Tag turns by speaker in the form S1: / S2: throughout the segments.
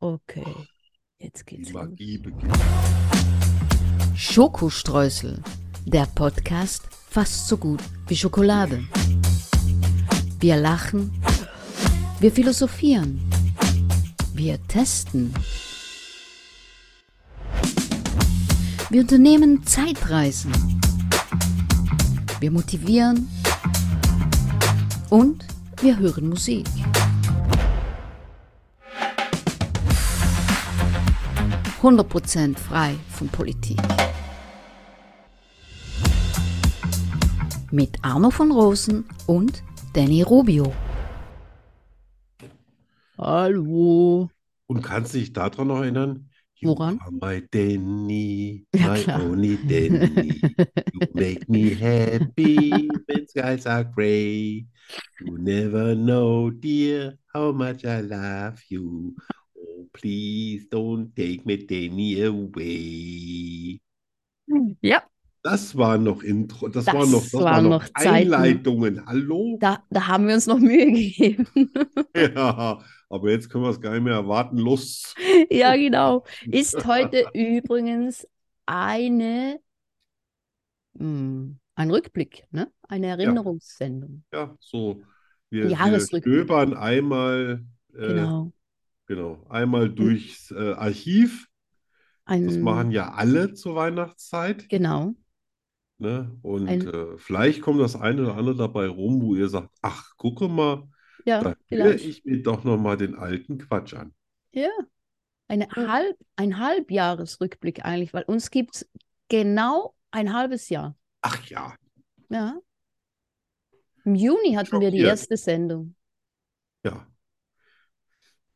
S1: Oh,
S2: Okay, jetzt
S1: Die
S2: geht's los.
S1: Magie beginnt.
S3: Schokostreusel, der Podcast fast so gut wie Schokolade. Wir lachen, wir philosophieren, wir testen. Wir unternehmen Zeitreisen. Wir motivieren und wir hören Musik. Prozent frei von Politik. Mit Arno von Rosen und Danny Rubio.
S2: Hallo.
S1: Und kannst du dich daran noch erinnern? You
S3: Woran?
S1: are my Danny,
S3: Ja,
S1: my
S3: klar.
S1: only Danny. You make me happy when skies are gray. You never know, dear, how much I love you. Oh, please don't take me Danny away.
S2: Ja,
S1: Das war noch Intro, das
S2: Das
S1: waren noch, das
S2: waren
S1: waren noch
S2: noch Zeiten.
S1: Einleitungen. Hallo?
S2: da, da haben wir uns noch Mühe gegeben.
S1: Ja, aber jetzt können wir es gar nicht mehr erwarten. Los.
S2: ja, genau. Ist heute übrigens eine, hm, ein Rückblick, ne? Eine Erinnerungssendung.
S1: Ja, so. Wir, wir
S2: Jahresrückblick.
S1: stöbern einmal, äh,
S2: Genau.
S1: genau, einmal durchs äh, Archiv. Das
S2: Ein-
S1: machen ja alle zur Weihnachtszeit,
S2: Genau.
S1: ne? Und
S2: Ein-
S1: äh, vielleicht kommt das eine oder andere dabei rum, wo ihr sagt, ach, gucke mal,
S2: Ja, genau.
S1: da höre
S2: vielleicht.
S1: ich mir doch noch mal den alten Quatsch an.
S2: Ja, eine halb, ein Halbjahresrückblick eigentlich, weil uns gibt es genau ein halbes Jahr.
S1: Ach ja,
S2: Ja. Im Juni hatten wir die
S1: Schockiert.
S2: erste Sendung.
S1: ja.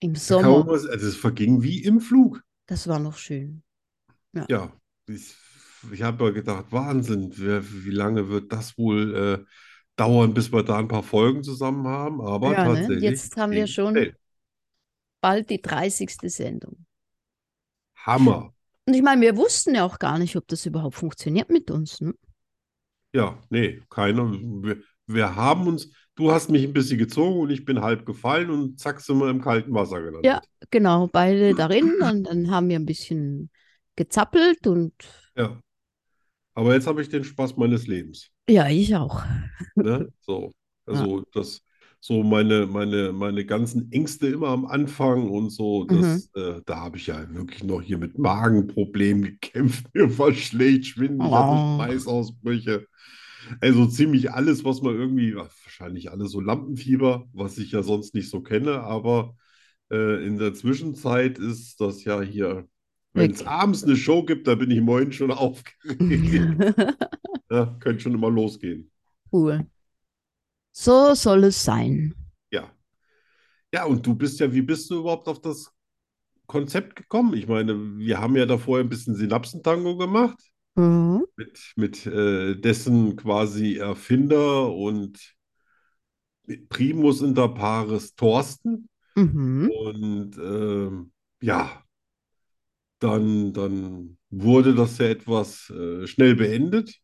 S2: Im
S1: Da kann
S2: Sommer.
S1: man was, also es verging wie im Flug.
S2: Das war noch schön.
S1: Ja, ich, ich habe ja gedacht, Wahnsinn, wer, wie lange wird das wohl äh, dauern, bis wir da ein paar Folgen zusammen haben? Aber
S2: Ja, ne?
S1: tatsächlich
S2: Jetzt haben wir
S1: ging
S2: schon-
S1: schnell.
S2: Bald die 30. Sendung.
S1: Hammer.
S2: Und ich meine, wir wussten ja auch gar nicht, ob das überhaupt funktioniert mit uns. Ne?
S1: Ja, nee, keiner. Wir, wir haben uns, du hast mich ein bisschen gezogen und ich bin halb gefallen und zack, sind wir im kalten Wasser gelandet.
S2: Genau,
S1: Hm.
S2: beide darin und dann haben wir ein bisschen gezappelt und
S1: Ja. Aber jetzt habe ich den Spaß meines Lebens.
S2: ja, ich auch.
S1: Ne? So, also das, so meine, meine, meine ganzen Ängste immer am Anfang und so, das, äh, da habe ich ja wirklich noch hier mit Magenproblemen gekämpft. Mir war schlecht, schwindelig, ich hatte
S2: Oh.
S1: Schweißausbrüche. Also ziemlich alles, was man irgendwie, ach, wahrscheinlich alles so Lampenfieber, was ich ja sonst nicht so kenne, aber äh, in der Zwischenzeit ist das ja hier, wenn es
S2: Wirklich.
S1: abends eine Show gibt, da bin ich morgen schon aufgeregt. Ja, könnte schon immer losgehen.
S2: Cool. So soll es sein.
S1: Ja. Ja, und du bist ja, wie bist du überhaupt auf das Konzept gekommen? Ich meine, wir haben ja davor ein bisschen Synapsentango gemacht
S2: Mhm.
S1: mit, mit äh, dessen quasi Erfinder und mit Primus inter pares Thorsten.
S2: Mhm.
S1: Und ähm, ja, dann, dann wurde das ja etwas äh, schnell beendet.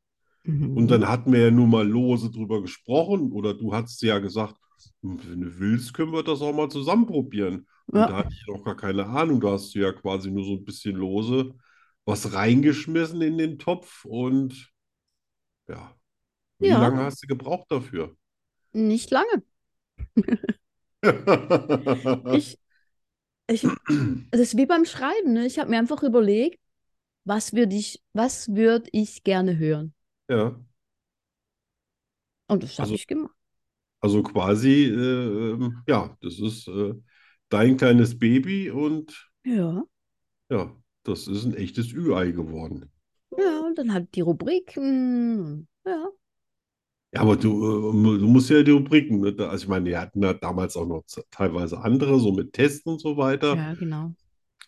S2: mhm.
S1: Und dann hatten wir ja nur mal lose drüber gesprochen oder du hattest ja gesagt, "Hm, wenn du willst, können wir das auch mal zusammen probieren. Und
S2: Ja.
S1: da hatte ich noch gar keine Ahnung, da hast du ja quasi nur so ein bisschen lose was reingeschmissen in den Topf und ja. Wie
S2: Ja.
S1: lange hast du gebraucht dafür?
S2: Nicht lange. Ich, ich, es ist wie beim Schreiben, ne? Ich habe mir einfach überlegt, was würde ich, was würde ich gerne hören?
S1: Ja,
S2: Und das habe
S1: Also-
S2: ich gemacht.
S1: also quasi, äh, ähm, ja, das ist äh, dein kleines Baby und
S2: Ja.
S1: ja, das ist ein echtes Ü-Ei geworden.
S2: Ja, und dann halt die Rubriken. Ja.
S1: Ja, aber du, äh, mu- du musst ja die Rubriken, ne? Da- Also ich meine, wir hatten ja damals auch noch z- teilweise andere, so mit Tests und so weiter.
S2: Ja, genau.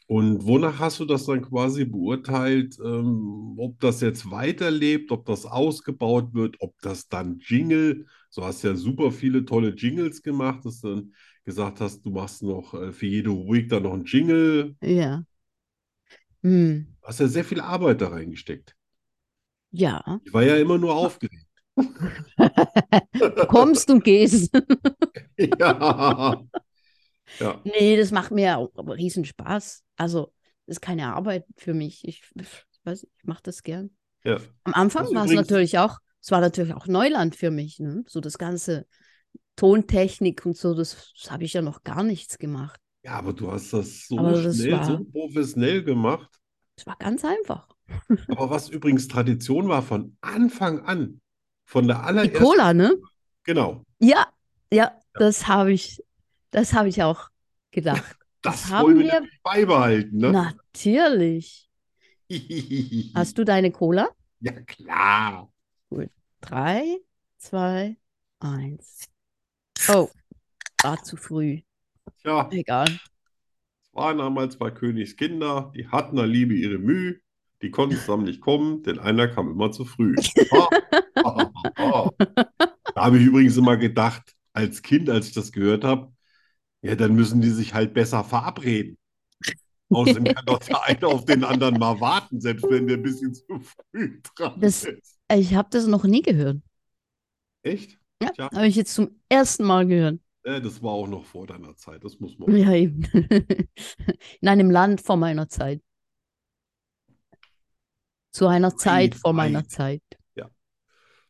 S1: Und wonach hast du das dann quasi beurteilt, ähm, ob das jetzt weiterlebt, ob das ausgebaut wird, ob das dann Jingle, so hast ja super viele tolle Jingles gemacht, dass du dann gesagt hast, du machst noch äh, für jede Rubrik dann noch einen Jingle.
S2: Ja. Hm.
S1: Du hast ja sehr viel Arbeit da reingesteckt.
S2: Ja.
S1: Ich war ja immer nur aufgeregt.
S2: Du kommst und gehst.
S1: Ja. Ja.
S2: Nee, das macht mir auch riesen Spaß. Also, das ist keine Arbeit für mich. Ich, ich weiß, ich mache das gern.
S1: Ja.
S2: Am Anfang
S1: Was
S2: war es
S1: übrigens-
S2: natürlich auch, es war natürlich auch Neuland für mich, ne? So das ganze Tontechnik und so, das, das habe ich ja noch gar nichts gemacht.
S1: Ja, aber du hast das so
S2: Aber das
S1: schnell,
S2: war-
S1: so professionell gemacht.
S2: Es war ganz einfach.
S1: Aber was übrigens Tradition war von Anfang an, von der
S2: Die
S1: allerersten,
S2: Cola, ne?
S1: genau,
S2: Ja, ja, das habe ich, das habe ich auch gedacht.
S1: das
S2: haben
S1: wollen wir
S2: wir-
S1: nämlich beibehalten, ne? Hm.
S2: Natürlich. Hast du deine Cola?
S1: Ja, klar.
S2: Drei, zwei, eins. Oh, war zu früh.
S1: Tja, es
S2: Egal.
S1: waren damals zwei Königskinder, die hatten der Liebe ihre Mühe, die konnten zusammen nicht kommen, denn einer kam immer zu früh. Ah, ah, ah. Da habe ich übrigens immer gedacht, als Kind, als ich das gehört habe, ja, dann müssen die sich halt besser verabreden. Außerdem kann doch der eine auf den anderen mal warten, selbst wenn der ein bisschen zu früh dran
S2: Das-
S1: ist.
S2: Ich habe das noch nie gehört.
S1: Echt?
S2: Ja,
S1: Tja.
S2: habe ich jetzt zum ersten Mal gehört.
S1: Äh, das war auch noch vor deiner Zeit, das muss man.
S2: Ja, eben. In einem Land vor meiner Zeit. Zu einer Zeit vor meiner
S1: Weit.
S2: Zeit.
S1: Ja.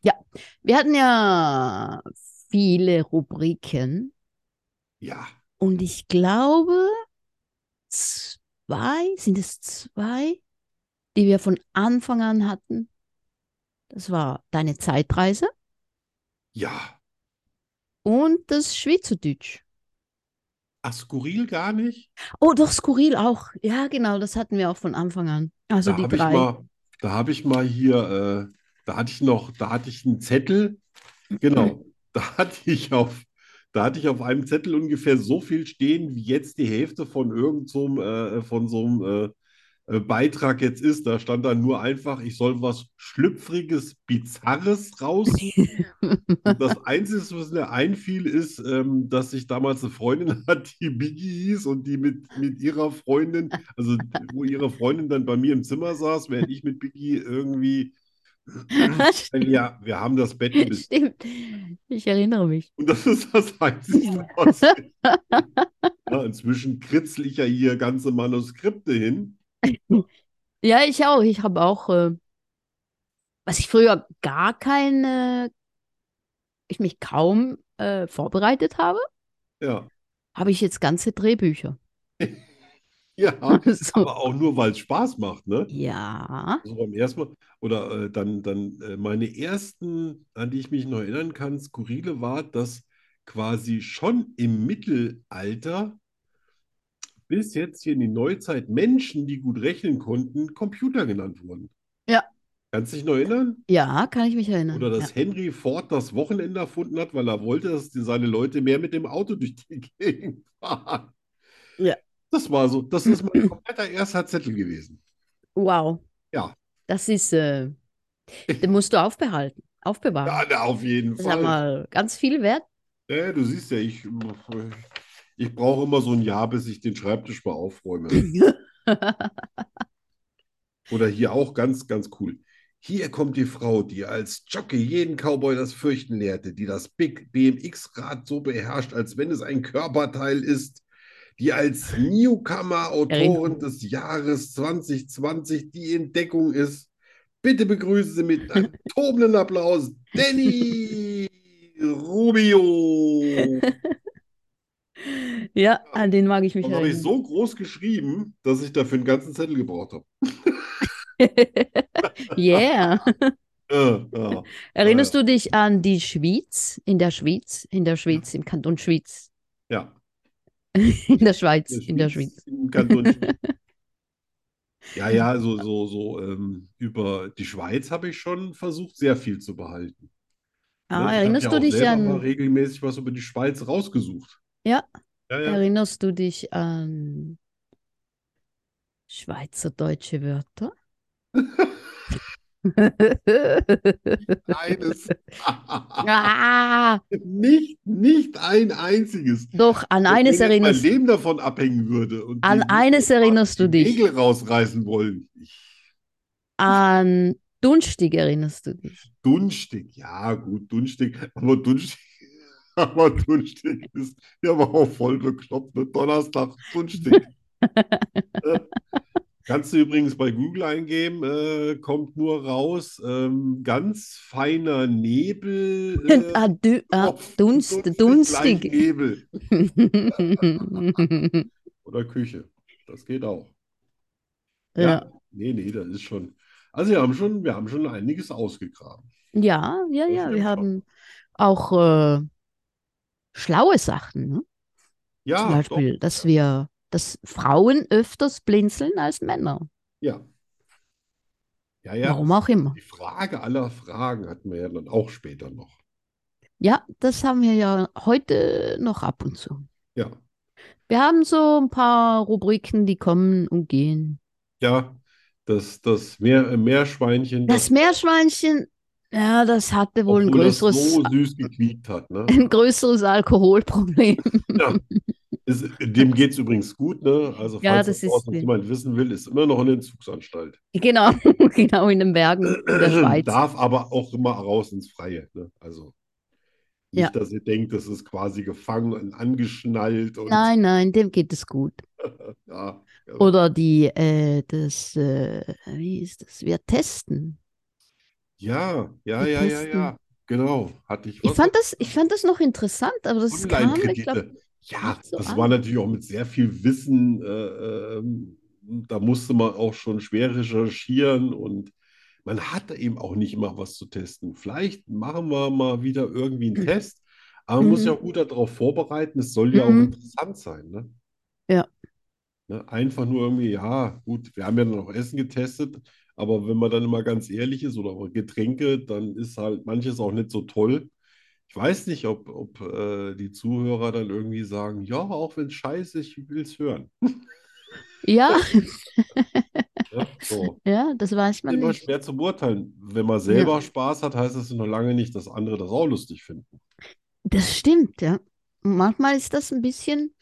S2: Ja, wir hatten ja viele Rubriken
S1: Ja,
S2: und ich glaube, zwei, sind es zwei, die wir von Anfang an hatten? Das war deine Zeitreise
S1: ja.
S2: und das Schweizerdeutsch.
S1: Ach, skurril gar nicht?
S2: Oh, doch, skurril auch. Ja, genau, das hatten wir auch von Anfang an. Also
S1: Da
S2: die
S1: habe ich
S2: drei.
S1: mal, da habe ich mal hier, äh, da hatte ich noch, da hatte ich einen Zettel. Genau, da hatte ich auf, da hatte ich auf einem Zettel ungefähr so viel stehen, wie jetzt die Hälfte von irgend so einem, äh, von so einem äh, äh, Beitrag jetzt ist. Da stand dann nur einfach, ich soll was Schlüpfriges, Bizarres raus. Und das Einzige, was mir einfiel, ist, ähm, dass ich damals eine Freundin hatte, die Biggie hieß und die mit, mit ihrer Freundin, also wo ihre Freundin dann bei mir im Zimmer saß, während ich mit Biggie irgendwie, ja, wir haben das Bett ein bisschen.
S2: Stimmt. Ich erinnere mich.
S1: Und das ist das Einzige, was. Ja, inzwischen kritzel ich ja hier ganze Manuskripte hin.
S2: Ja, ich auch. Ich habe auch, äh, was ich früher gar keine, ich mich kaum äh, vorbereitet habe,
S1: Ja,
S2: habe ich jetzt ganze Drehbücher.
S1: ja,
S2: So.
S1: aber auch nur, weil es Spaß macht, ne?
S2: Ja.
S1: Also beim ersten Mal, oder äh, dann, dann äh, meine ersten, an die ich mich noch erinnern kann, skurrile war, dass quasi schon im Mittelalter bis jetzt hier in die Neuzeit Menschen, die gut rechnen konnten, Computer genannt wurden.
S2: Ja.
S1: Kannst du dich noch erinnern?
S2: Ja, kann ich mich erinnern.
S1: Oder
S2: Ja.
S1: dass Henry Ford das Wochenende erfunden hat, weil er wollte, dass die, seine Leute mehr mit dem Auto durch die Gegend fahren.
S2: Ja.
S1: Das war so, das ist mein kompletter erster Zettel gewesen.
S2: Wow.
S1: Ja.
S2: Das ist, äh, den musst du aufbehalten, aufbewahren.
S1: Ja, na, auf jeden
S2: Das ist ja
S1: Fall.
S2: mal ganz viel wert.
S1: Ja, du siehst ja, ich, ich brauche immer so ein Jahr, bis ich den Schreibtisch mal aufräume. Oder hier auch ganz, ganz cool. Hier kommt die Frau, die als Jockey jeden Cowboy das Fürchten lehrte, die das Big BMX-Rad so beherrscht, als wenn es ein Körperteil ist, die als Newcomer-Autorin des Jahres 2020 die Entdeckung ist. Bitte begrüßen Sie mit einem tobenden Applaus Danny Rubio.
S2: Ja, an den mag ich mich
S1: Und habe ich
S2: erinnern.
S1: so groß geschrieben, dass ich dafür einen ganzen Zettel gebraucht habe.
S2: yeah.
S1: Äh, ja.
S2: Erinnerst du dich an die Schweiz? In der Schweiz? In der Schweiz, im Kanton Schweiz.
S1: ja.
S2: In der Schweiz, in der Schweiz.
S1: Im Kanton Schwyz. Ja, ja, so, so, so ähm, über die Schweiz habe ich schon versucht, sehr viel zu behalten.
S2: Ah,
S1: Ne? Ich habe
S2: erinnerst
S1: ja
S2: du
S1: auch
S2: dich
S1: selber
S2: an,
S1: mal regelmäßig was über die Schweiz rausgesucht.
S2: Ja.
S1: Ja, ja.
S2: erinnerst du dich an schweizerdeutsche Wörter?
S1: Eines.
S2: ah,
S1: Nicht, nicht ein einziges.
S2: doch, an eines
S1: Wenn jetzt mein
S2: erinnerst du.
S1: Leben davon abhängen würde und
S2: An
S1: die-
S2: eines erinnerst du
S1: die
S2: dich.
S1: Regel rausreißen wollen. Ich,
S2: An Dunstig erinnerst du dich.
S1: Dunstig, ja, gut, Dunstig, aber Dunstig, Aber Dunstig ist ja aber auch voll bekloppt. Ne? Donnerstag Dunstig. Äh, Kannst du übrigens bei Google eingeben, äh, kommt nur raus, ähm, ganz feiner Nebel. Äh,
S2: ah, du, ah,
S1: Kopf,
S2: Dunst,
S1: gleich
S2: dunstig.
S1: Nebel. Oder Küche. Das geht auch.
S2: ja.
S1: Nee, nee, das ist schon. Also wir haben schon, wir haben schon einiges ausgegraben.
S2: ja, ja,
S1: Das
S2: ja. Wir
S1: stimmt
S2: haben auch äh, schlaue Sachen. Ne? Zum
S1: Ja, doch,
S2: Beispiel, dass wir, dass Frauen öfters blinzeln als Männer.
S1: ja. Ja, ja,
S2: Warum
S1: das-
S2: auch immer.
S1: die Frage aller Fragen hatten wir ja dann auch später noch.
S2: Ja, das haben wir ja heute noch ab und zu.
S1: Ja.
S2: Wir haben so ein paar Rubriken, die kommen und gehen.
S1: Ja, das, das Meer, äh, Meerschweinchen,
S2: Das Meerschweinchen, ja, das hatte wohl ein
S1: obwohl das
S2: größeres,
S1: so süß gequiekt hat, ne?
S2: ein größeres Alkoholproblem.
S1: Es, dem geht es übrigens gut, ne? Also,
S2: Ja,
S1: falls
S2: das ist-
S1: draußen jemand wissen will, ist immer noch in Entzugsanstalt.
S2: Genau, genau in den Bergen der Schweiz.
S1: Darf aber auch immer raus ins Freie, ne? Also nicht,
S2: Ja.
S1: dass ihr denkt, das ist quasi gefangen und angeschnallt und
S2: Nein, nein, dem geht es gut.
S1: ja, ja.
S2: Oder die, äh, das, äh, wie ist das? Wir testen.
S1: Ja, ja,
S2: Die
S1: ja, ja,
S2: testen.
S1: ja. Genau. Hatte ich
S2: Ich
S1: was?
S2: fand das, ich fand das noch interessant, aber das kam, ich
S1: Online-Kredite.
S2: glaube,
S1: Ja,
S2: nicht so
S1: das
S2: an.
S1: war natürlich auch mit sehr viel Wissen. Äh, ähm, da musste man auch schon schwer recherchieren und man hatte eben auch nicht immer was zu testen. Vielleicht machen wir mal wieder irgendwie einen Test, aber man muss ja
S2: Hm. Mhm.
S1: auch gut darauf vorbereiten. Es soll ja auch
S2: Mhm.
S1: interessant sein, ne?
S2: Ja.
S1: Ne? Einfach nur irgendwie, ja, gut, wir haben ja dann auch Essen getestet, aber wenn man dann immer ganz ehrlich ist oder auch Getränke, dann ist halt manches auch nicht so toll. Ich weiß nicht, ob, ob äh, die Zuhörer dann irgendwie sagen, ja, auch wenn es scheiße ist, ich will es hören.
S2: Ja,
S1: Ne? So.
S2: ja, das weiß man
S1: Immer
S2: nicht.
S1: schwer zu beurteilen. Wenn man selber Spaß hat, heißt das noch lange nicht, dass andere das auch lustig finden.
S2: Das stimmt, ja. Manchmal ist das ein bisschen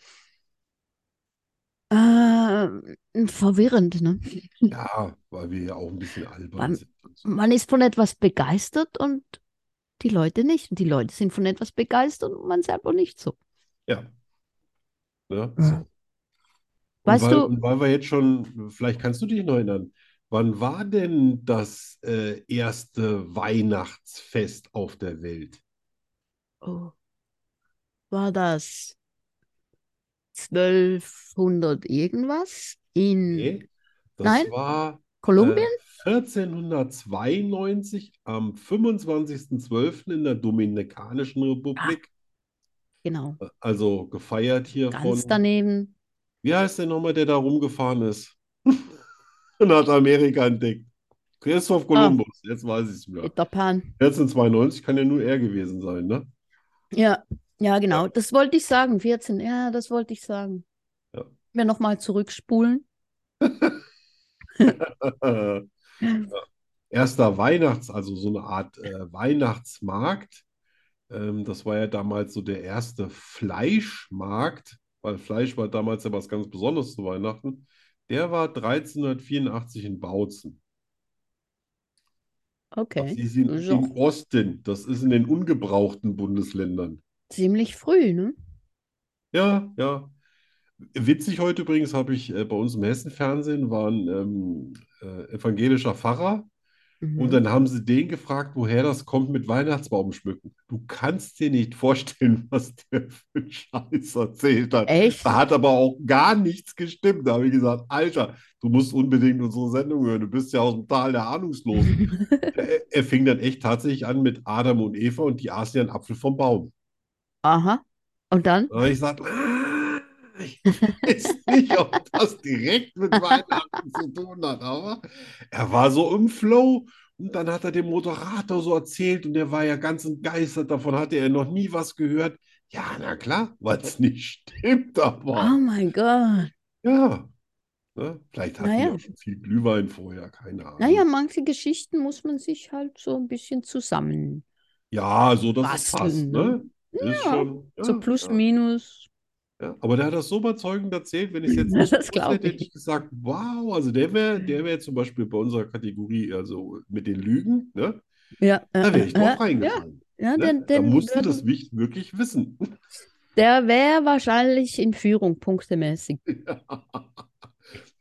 S2: äh, verwirrend, ne?
S1: Ja, weil wir ja auch ein bisschen albern
S2: Man-
S1: sind. Und so.
S2: Man ist von etwas begeistert und die Leute nicht. Und die Leute sind von etwas begeistert und man selber nicht so.
S1: Ja. Ne?
S2: Ja.
S1: So. Und
S2: Ah. Weißt
S1: weil,
S2: du-
S1: und weil wir jetzt schon, vielleicht kannst du dich noch erinnern, wann war denn das äh, erste Weihnachtsfest auf der Welt?
S2: Oh. War das 1200 irgendwas in
S1: Nee, das
S2: Hm. Nein?
S1: war
S2: Kolumbien?
S1: Äh, 1492 am 25.12. in der Dominikanischen Republik,
S2: Genau.
S1: also gefeiert hier
S2: Ganz
S1: von,
S2: daneben.
S1: wie heißt der nochmal, der da rumgefahren ist und hat Amerika entdeckt? Christoph Kolumbus,
S2: Ah.
S1: jetzt weiß ich es wieder.
S2: Peter Pan.
S1: 1492 kann ja nur er gewesen sein, ne?
S2: Ja, ja, genau. Das wollte ich sagen. 14. Ja, das wollte ich sagen.
S1: Ja.
S2: Mir nochmal zurückspulen.
S1: ne? Erster Weihnachts, also so eine Art äh, Weihnachtsmarkt. Ähm, das war ja damals so der erste Fleischmarkt, weil Fleisch war damals ja was ganz Besonderes zu Weihnachten. Der war 1384 in Bautzen. Das
S2: Okay.
S1: ist in,
S2: Das ist auch
S1: im Osten, das ist in den ungebrauchten Bundesländern.
S2: ziemlich früh, ne?
S1: Ja, ja. Witzig heute übrigens habe ich äh, bei uns im Hessenfernsehen war ein ähm, äh, evangelischer Pfarrer. Und
S2: Mhm.
S1: dann haben sie den gefragt, woher das kommt mit Weihnachtsbaum schmücken. Du kannst dir nicht vorstellen, was der für einen Scheiß erzählt hat.
S2: Echt?
S1: Da hat aber auch gar nichts gestimmt. Da habe ich gesagt, Alter, du musst unbedingt unsere Sendung hören. Du bist ja aus dem Tal der Ahnungslosen. er, er fing dann echt tatsächlich an mit Adam und Eva und die aßen ja einen Apfel vom Baum.
S2: Aha. Und dann?
S1: Da habe ich gesagt, ah, ich weiß nicht, ob das direkt mit Weihnachten zu tun hat, aber er war so im Flow. Und dann hat er dem Moderator so erzählt und der war ja ganz entgeistert, davon hatte er noch nie was gehört. Ja, na klar, weil es nicht stimmt,
S2: Oh
S1: aber
S2: mein Gott.
S1: ja. Ne? Vielleicht hatten die
S2: Naja.
S1: auch schon viel Glühwein vorher, keine Ahnung.
S2: Naja, manche Geschichten muss man sich halt so ein bisschen zusammen
S1: Ja, so dass es passt,
S2: basteln.
S1: ne?
S2: Ne?
S1: Ist
S2: Ja,
S1: schon, ja,
S2: So plus,
S1: ja.
S2: minus.
S1: Ja, aber der hat das so überzeugend erzählt, wenn ich es jetzt
S2: Ja,
S1: nicht
S2: das
S1: gewusst
S2: glaub
S1: hätte, hätte
S2: ich. Mhm.
S1: ich gesagt, wow, also der wäre, der wäre zum Beispiel bei unserer Kategorie, also mit den Lügen, ne?
S2: Ja,
S1: Da
S2: äh,
S1: wäre ich
S2: äh,
S1: drauf
S2: äh, ja,
S1: reingefallen.
S2: Ja,
S1: Ne?
S2: denn,
S1: Da
S2: denn
S1: musst du
S2: würden-
S1: das nicht wirklich wissen.
S2: der wäre wahrscheinlich in Führung, punktemäßig.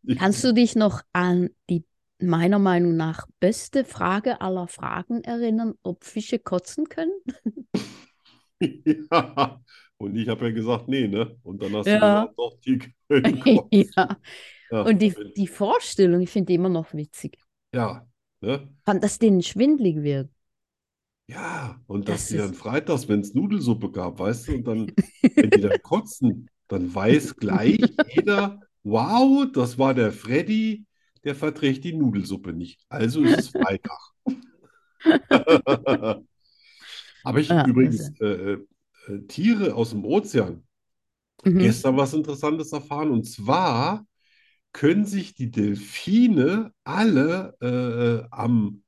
S1: Ich-
S2: Kannst du dich noch an die meiner Meinung nach beste Frage aller Fragen erinnern, ob Fische kotzen können?
S1: Ja. Und ich habe ja gesagt, nee, ne? Und dann hast du
S2: Ja.
S1: gesagt, doch, die können kotzen.
S2: Ja.
S1: Ja,
S2: Und die,
S1: bin-
S2: die Vorstellung, ich finde die immer noch witzig.
S1: ja, ne?
S2: Kann das denen schwindlig wird?
S1: Ja, und dass
S2: Das
S1: die
S2: ist-
S1: dann freitags, wenn es Nudelsuppe gab, weißt du, und dann, wenn die dann kotzen, dann weiß gleich jeder, wow, das war der Freddy, der verträgt die Nudelsuppe nicht. Also ist es Freitag. Aber ich
S2: Ja, also.
S1: übrigens, äh, äh, Tiere aus dem Ozean,
S2: Mhm.
S1: gestern was Interessantes erfahren. Und zwar können sich die Delfine alle äh, am,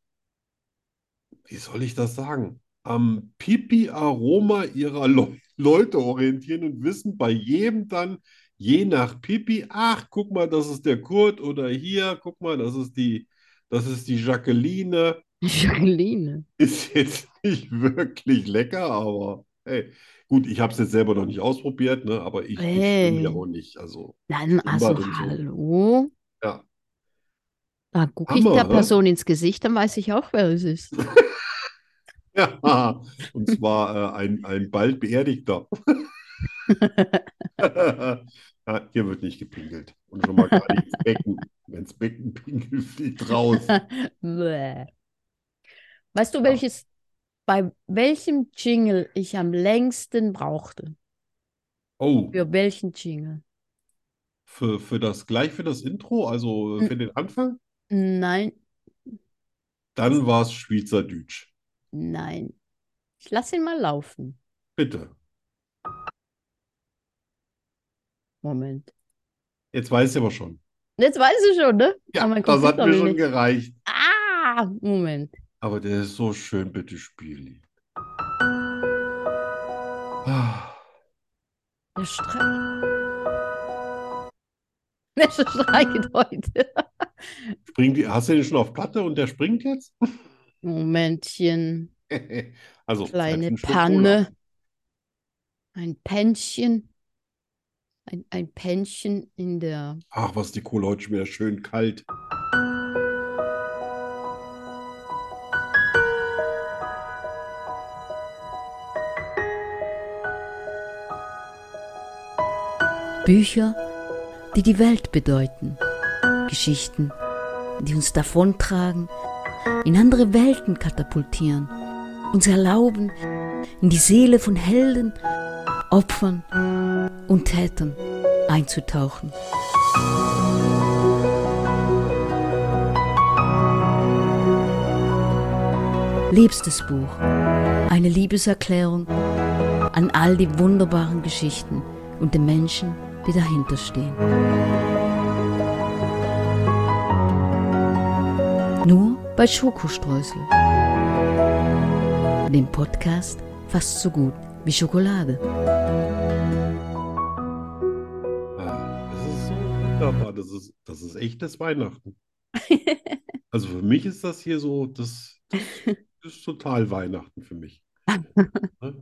S1: wie soll ich das sagen, am Pipi-Aroma ihrer Le Leute orientieren und wissen bei jedem dann, je nach Pipi, ach, guck mal, das ist der Kurt oder hier, guck mal, das ist die, das ist die Jacqueline.
S2: Jacqueline.
S1: Ist jetzt nicht wirklich lecker, aber hey, gut, ich habe es jetzt selber noch nicht ausprobiert, ne? Aber ich, ich stimme
S2: Hey.
S1: ja auch nicht. Also,
S2: Dann, also
S1: denn so?
S2: hallo.
S1: ja.
S2: Da gucke ich
S1: Hammer,
S2: der
S1: ne?
S2: Person ins Gesicht, dann weiß ich auch, wer es ist.
S1: Ja, und zwar äh, ein, ein bald Beerdigter. Ja, hier wird nicht gepinkelt. Und schon mal gar nicht ins Becken. Wenn es Becken pinkelt, fliegt raus.
S2: Bäh. Weißt du, welches, bei welchem Jingle ich am längsten brauchte?
S1: Oh,
S2: Für welchen Jingle?
S1: für, für das gleich für das Intro, also
S2: Hm.
S1: äh, für den Anfang,
S2: Nein,
S1: dann war es Schweizerdeutsch.
S2: nein. Ich lasse ihn mal laufen.
S1: Bitte.
S2: Moment.
S1: Jetzt weiß ich aber schon.
S2: Jetzt weiß ich schon, ne?
S1: Ja,
S2: Aber mein
S1: das hat
S2: Computer
S1: mir
S2: will
S1: schon
S2: nicht.
S1: gereicht.
S2: Ah, Moment.
S1: Aber der ist so schön, bitte spiel ihn. Ah,
S2: Der Streik. Der streikt heute.
S1: Springt die, hast du den schon auf Platte und der springt jetzt?
S2: Momentchen.
S1: Also, Zeit für
S2: Kleine
S1: einen Schluck
S2: Panne. Ein Pännchen. Ein, ein Pännchen in der.
S1: Cola. Ach, was die Kohle heute schon wieder schön kalt.
S3: Bücher, die die Welt bedeuten. Geschichten, die uns davontragen, in andere Welten katapultieren, uns erlauben, in die Seele von Helden, Opfern und Tätern einzutauchen. Liebstes Buch. Eine Liebeserklärung an all die wunderbaren Geschichten und den Menschen, die dahinter stehen. Nur bei Schokostreusel. Dem Podcast fast so gut wie Schokolade.
S1: Ah, das ist so wunderbar. Das ist, das ist echtes Weihnachten. Also für mich ist das hier so, das, das ist total Weihnachten für mich. Ne?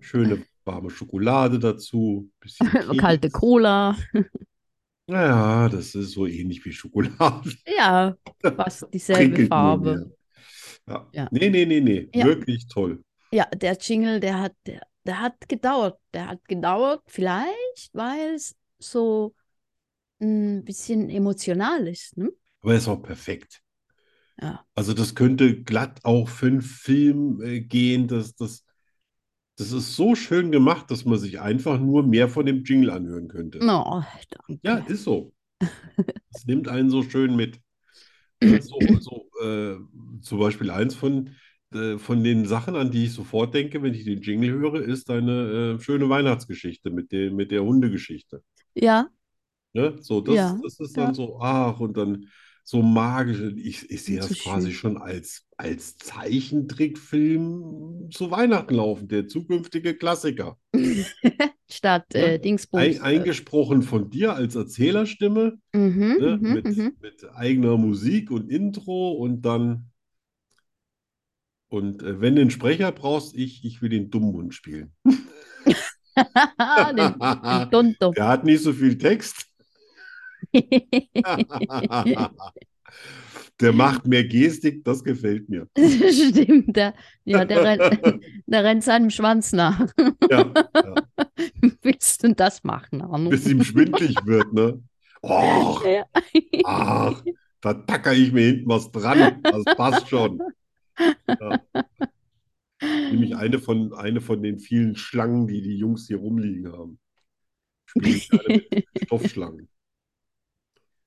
S1: Schöne warme Schokolade dazu, bisschen
S2: Kalte
S1: Keks.
S2: Cola.
S1: Naja, das ist so ähnlich wie Schokolade.
S2: Ja, fast dieselbe
S1: Prickelt nur ne?
S2: Farbe.
S1: mehr. Ja.
S2: Ja.
S1: Nee, nee, nee, nee.
S2: Ja.
S1: Wirklich toll.
S2: Ja, der Jingle, der hat, der, der hat gedauert. Der hat gedauert, vielleicht, weil es so ein bisschen emotional ist, ne?
S1: Aber er ist auch perfekt.
S2: Ja.
S1: Also das könnte glatt auch für einen Film äh, gehen. Das, das, das ist so schön gemacht, dass man sich einfach nur mehr von dem Jingle anhören könnte.
S2: Oh,
S1: Ja,
S2: danke.
S1: ist so. Es nimmt einen so schön mit. Das ist So, so, äh, zum Beispiel eins von, äh, von den Sachen, an die ich sofort denke, wenn ich den Jingle höre, ist eine äh, schöne Weihnachtsgeschichte mit dem, mit der Hundegeschichte.
S2: Ja,
S1: Ne? So, das,
S2: Ja,
S1: das ist
S2: ja.
S1: dann so, ach, und dann so magisch. Ich, ich sehe
S2: Und
S1: das
S2: so
S1: quasi
S2: schön.
S1: schon als, als Zeichentrickfilm zu Weihnachten laufen, der zukünftige Klassiker.
S2: statt
S1: Ja.
S2: äh, Dingsbums.
S1: Ei- eingesprochen von dir als Erzählerstimme,
S2: Mhm,
S1: ne?
S2: mhm,
S1: Mit,
S2: mhm.
S1: mit eigener Musik und Intro und dann, Und äh, wenn du einen Sprecher brauchst, ich, ich will den Dummhund spielen.
S2: Ah, den,
S1: Ah.
S2: den Tonto.
S1: Der hat nicht so viel Text. Der macht mehr Gestik, das gefällt mir.
S2: Stimmt, der, ja, der, rennt, der rennt seinem Schwanz nach.
S1: Ja, ja.
S2: Willst du denn das machen, Arno?
S1: Bis ihm schwindlig wird, ne? Och,
S2: Ja.
S1: ach, da tacker ich mir hinten was dran. Das passt schon. Ja. Nämlich eine von, eine von den vielen Schlangen, die die Jungs hier rumliegen haben. Spielen gerne mit Stoffschlangen.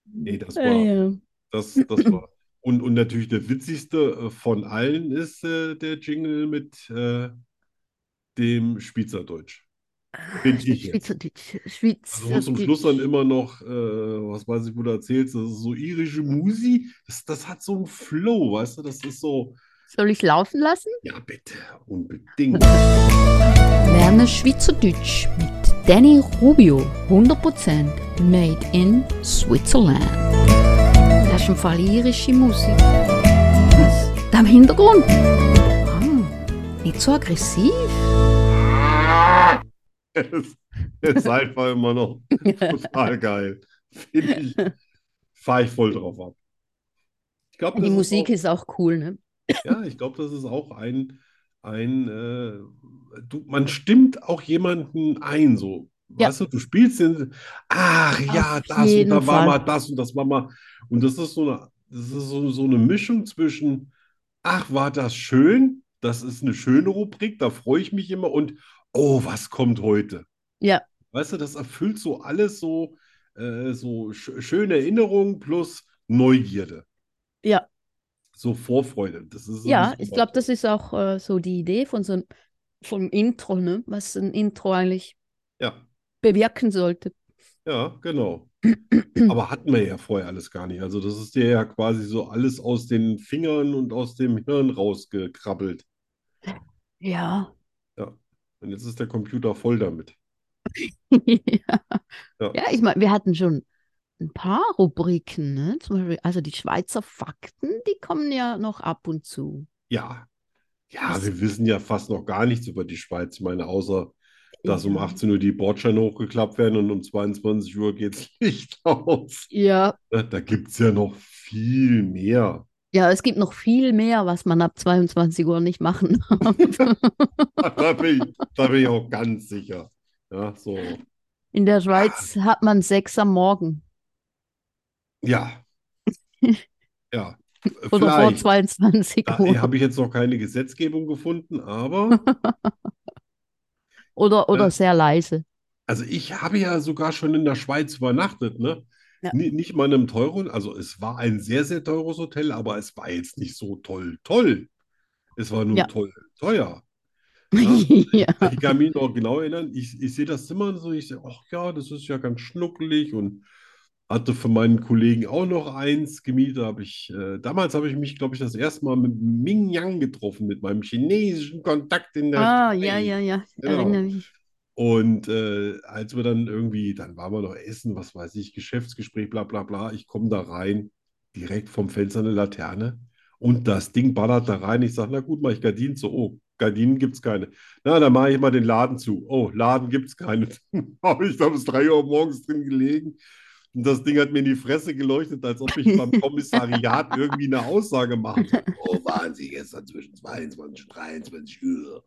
S1: Nee, das war,
S2: Ja.
S1: das, das war. Und, und natürlich der witzigste äh, von allen ist äh, der Jingle mit äh, dem Spitzerdeutsch. Finde ich jetzt. Also wo zum Schluss dann immer noch, äh, was weiß ich, wo du erzählst, das ist so irische Musi, das, das hat so einen Flow, weißt du, das ist so,
S2: Soll ich laufen lassen?
S1: ja bitte, unbedingt.
S3: Lerne Schweizerdeutsch mit Danny Rubio. 100% made in Switzerland. Das ist im Fall irische Musik. Was? Da im Hintergrund? Ah, nicht so aggressiv.
S1: Das ist einfach immer noch total geil. Finde ich, fahre ich voll drauf ab. Ich glaube,
S2: Die
S1: das ist
S2: Musik
S1: auch,
S2: ist auch cool, ne?
S1: ja, ich glaube, das ist auch ein, ein äh, du, man stimmt auch jemanden ein, so.
S2: Ja.
S1: Weißt du, du spielst den, ach ja,
S2: Auf
S1: das und da
S2: jeden
S1: war
S2: Fall.
S1: mal das und das war mal. Und das ist so eine, das ist so, so eine Mischung zwischen, ach, war das schön, das ist eine schöne Rubrik, da freue ich mich immer und oh, was kommt heute?
S2: Ja.
S1: Weißt du, das erfüllt so alles so, äh, so sch schöne Erinnerungen plus Neugierde.
S2: Ja.
S1: So Vorfreude. Das ist
S2: Ja,
S1: sowieso
S2: ich glaube, das ist auch äh, so die Idee von so einem vom Intro, ne? Was ein Intro eigentlich
S1: Ja,
S2: bewirken sollte.
S1: ja, genau. Aber hatten wir ja vorher alles gar nicht. Also, das ist dir ja quasi so alles aus den Fingern und aus dem Hirn rausgekrabbelt.
S2: Ja.
S1: Und jetzt ist der Computer voll damit.
S2: Ja,
S1: Ja.
S2: ja ich meine, wir hatten schon ein paar Rubriken, ne? Zum Beispiel, also die Schweizer Fakten, die kommen ja noch ab und zu.
S1: Ja. Ja,
S2: Das-
S1: wir wissen ja fast noch gar nichts über die Schweiz. Ich meine, außer, dass um
S2: Ja.
S1: 18 Uhr die Bordscheine hochgeklappt werden und um 22 Uhr geht's Licht aus.
S2: Ja,
S1: Da gibt's ja noch viel mehr.
S2: ja, es gibt noch viel mehr, was man ab 22 Uhr nicht machen darf.
S1: Da bin ich, da bin ich auch ganz sicher. Ja, so.
S2: In der Schweiz hat man sechs am Morgen
S1: Ja. Ja.
S2: oder vor
S1: Vielleicht. Ah,
S2: 22
S1: Da
S2: Uhr
S1: habe ich jetzt noch keine Gesetzgebung gefunden, aber
S2: oder, oder
S1: Ja.
S2: sehr leise.
S1: also ich habe ja sogar schon in der Schweiz übernachtet, ne?
S2: Ja.
S1: Ni- Nicht mal in einem teuren, also es war ein sehr, sehr teures Hotel, aber es war jetzt nicht so toll, toll. Es war nur
S2: Ja.
S1: toll, teuer.
S2: Ja.
S1: Ich kann mich noch genau erinnern, ich, ich sehe das Zimmer und so, ich sehe, ach ja, das ist ja ganz schnuckelig und hatte für meinen Kollegen auch noch eins gemietet. Hab ich, äh, damals habe ich mich, glaube ich, das erste Mal mit Ming Yang getroffen, mit meinem chinesischen Kontakt in der
S2: Ah,
S1: Schweiz.
S2: ja, ja, ja,
S1: Genau.
S2: erinnere mich.
S1: Und äh, als wir dann irgendwie, dann waren wir noch essen, was weiß ich, Geschäftsgespräch, bla bla bla. Ich komme da rein, direkt vom Fenster eine Laterne und das Ding ballert da rein. Ich sage, na gut, mache ich Gardinen zu. Oh, Gardinen gibt es keine. Na, dann mache ich mal den Laden zu. Oh, Laden gibt es keine. Habe ich da bis 3 Uhr morgens drin gelegen. Und das Ding hat mir in die Fresse geleuchtet, als ob ich beim Kommissariat irgendwie eine Aussage machen soll. Oh, waren Sie gestern zwischen 22 und 23 Uhr?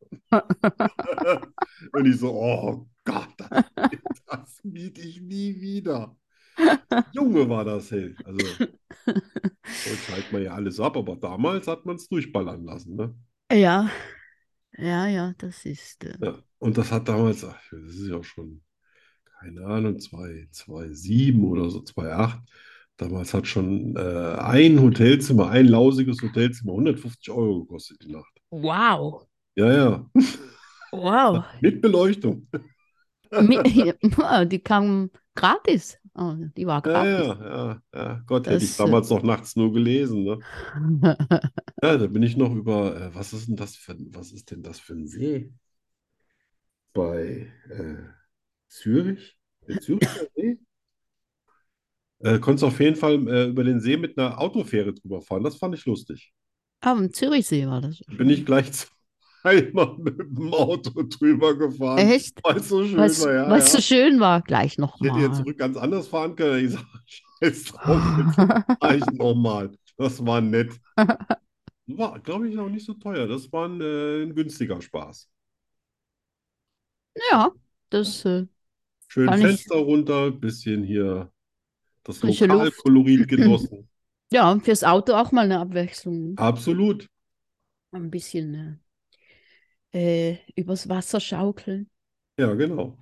S1: Und ich so, oh Gott, das, das miete ich nie wieder. Junge war das hell. Also, heute schaltet man ja alles ab, aber damals hat man es durchballern lassen. Ne?
S2: Ja, ja, ja, das ist. Äh,
S1: Ja. Und das hat damals, ach, das ist ja auch schon, keine Ahnung, 2,7 oder so, 2,8. Damals hat schon äh, ein Hotelzimmer, ein lausiges Hotelzimmer 150 Euro gekostet die Nacht.
S2: wow,
S1: Ja, ja,
S2: wow.
S1: mit Beleuchtung.
S2: Mi- Ah, Die kam gratis. Ah, die war
S1: Ja,
S2: gratis.
S1: ja, ja, ja. Gott, hätte ich
S2: Das, äh,
S1: damals noch nachts nur gelesen, ne? Ja, da bin ich noch über, äh, was ist denn das für, was ist denn das für ein See? Bei äh, Zürich? Der Züricher See? Äh, konntest auf jeden Fall äh, über den See mit einer Autofähre drüber fahren. Das fand ich lustig.
S2: Am Zürichsee war das.
S1: Bin ich gleich zweimal mit dem Auto drüber gefahren.
S2: Echt?
S1: Weil es so schön
S2: Was,
S1: war, ja.
S2: was so
S1: ja.
S2: schön war, gleich
S1: Ich hätte jetzt
S2: nochmal.
S1: zurück ganz anders fahren können. Ich sage, scheiß drauf, jetzt fahr ich nochmal. Das war nett. War, glaube ich, auch nicht so teuer. Das war ein, äh, ein günstiger Spaß.
S2: Ja, das äh,
S1: Schön
S2: Fand ich-
S1: Fenster runter, bisschen hier das
S2: Frische Luft.
S1: Lokalkolorit genossen.
S2: ja, fürs Auto auch mal eine Abwechslung.
S1: Absolut.
S2: Ein bisschen äh, äh, übers Wasser schaukeln.
S1: Ja, genau.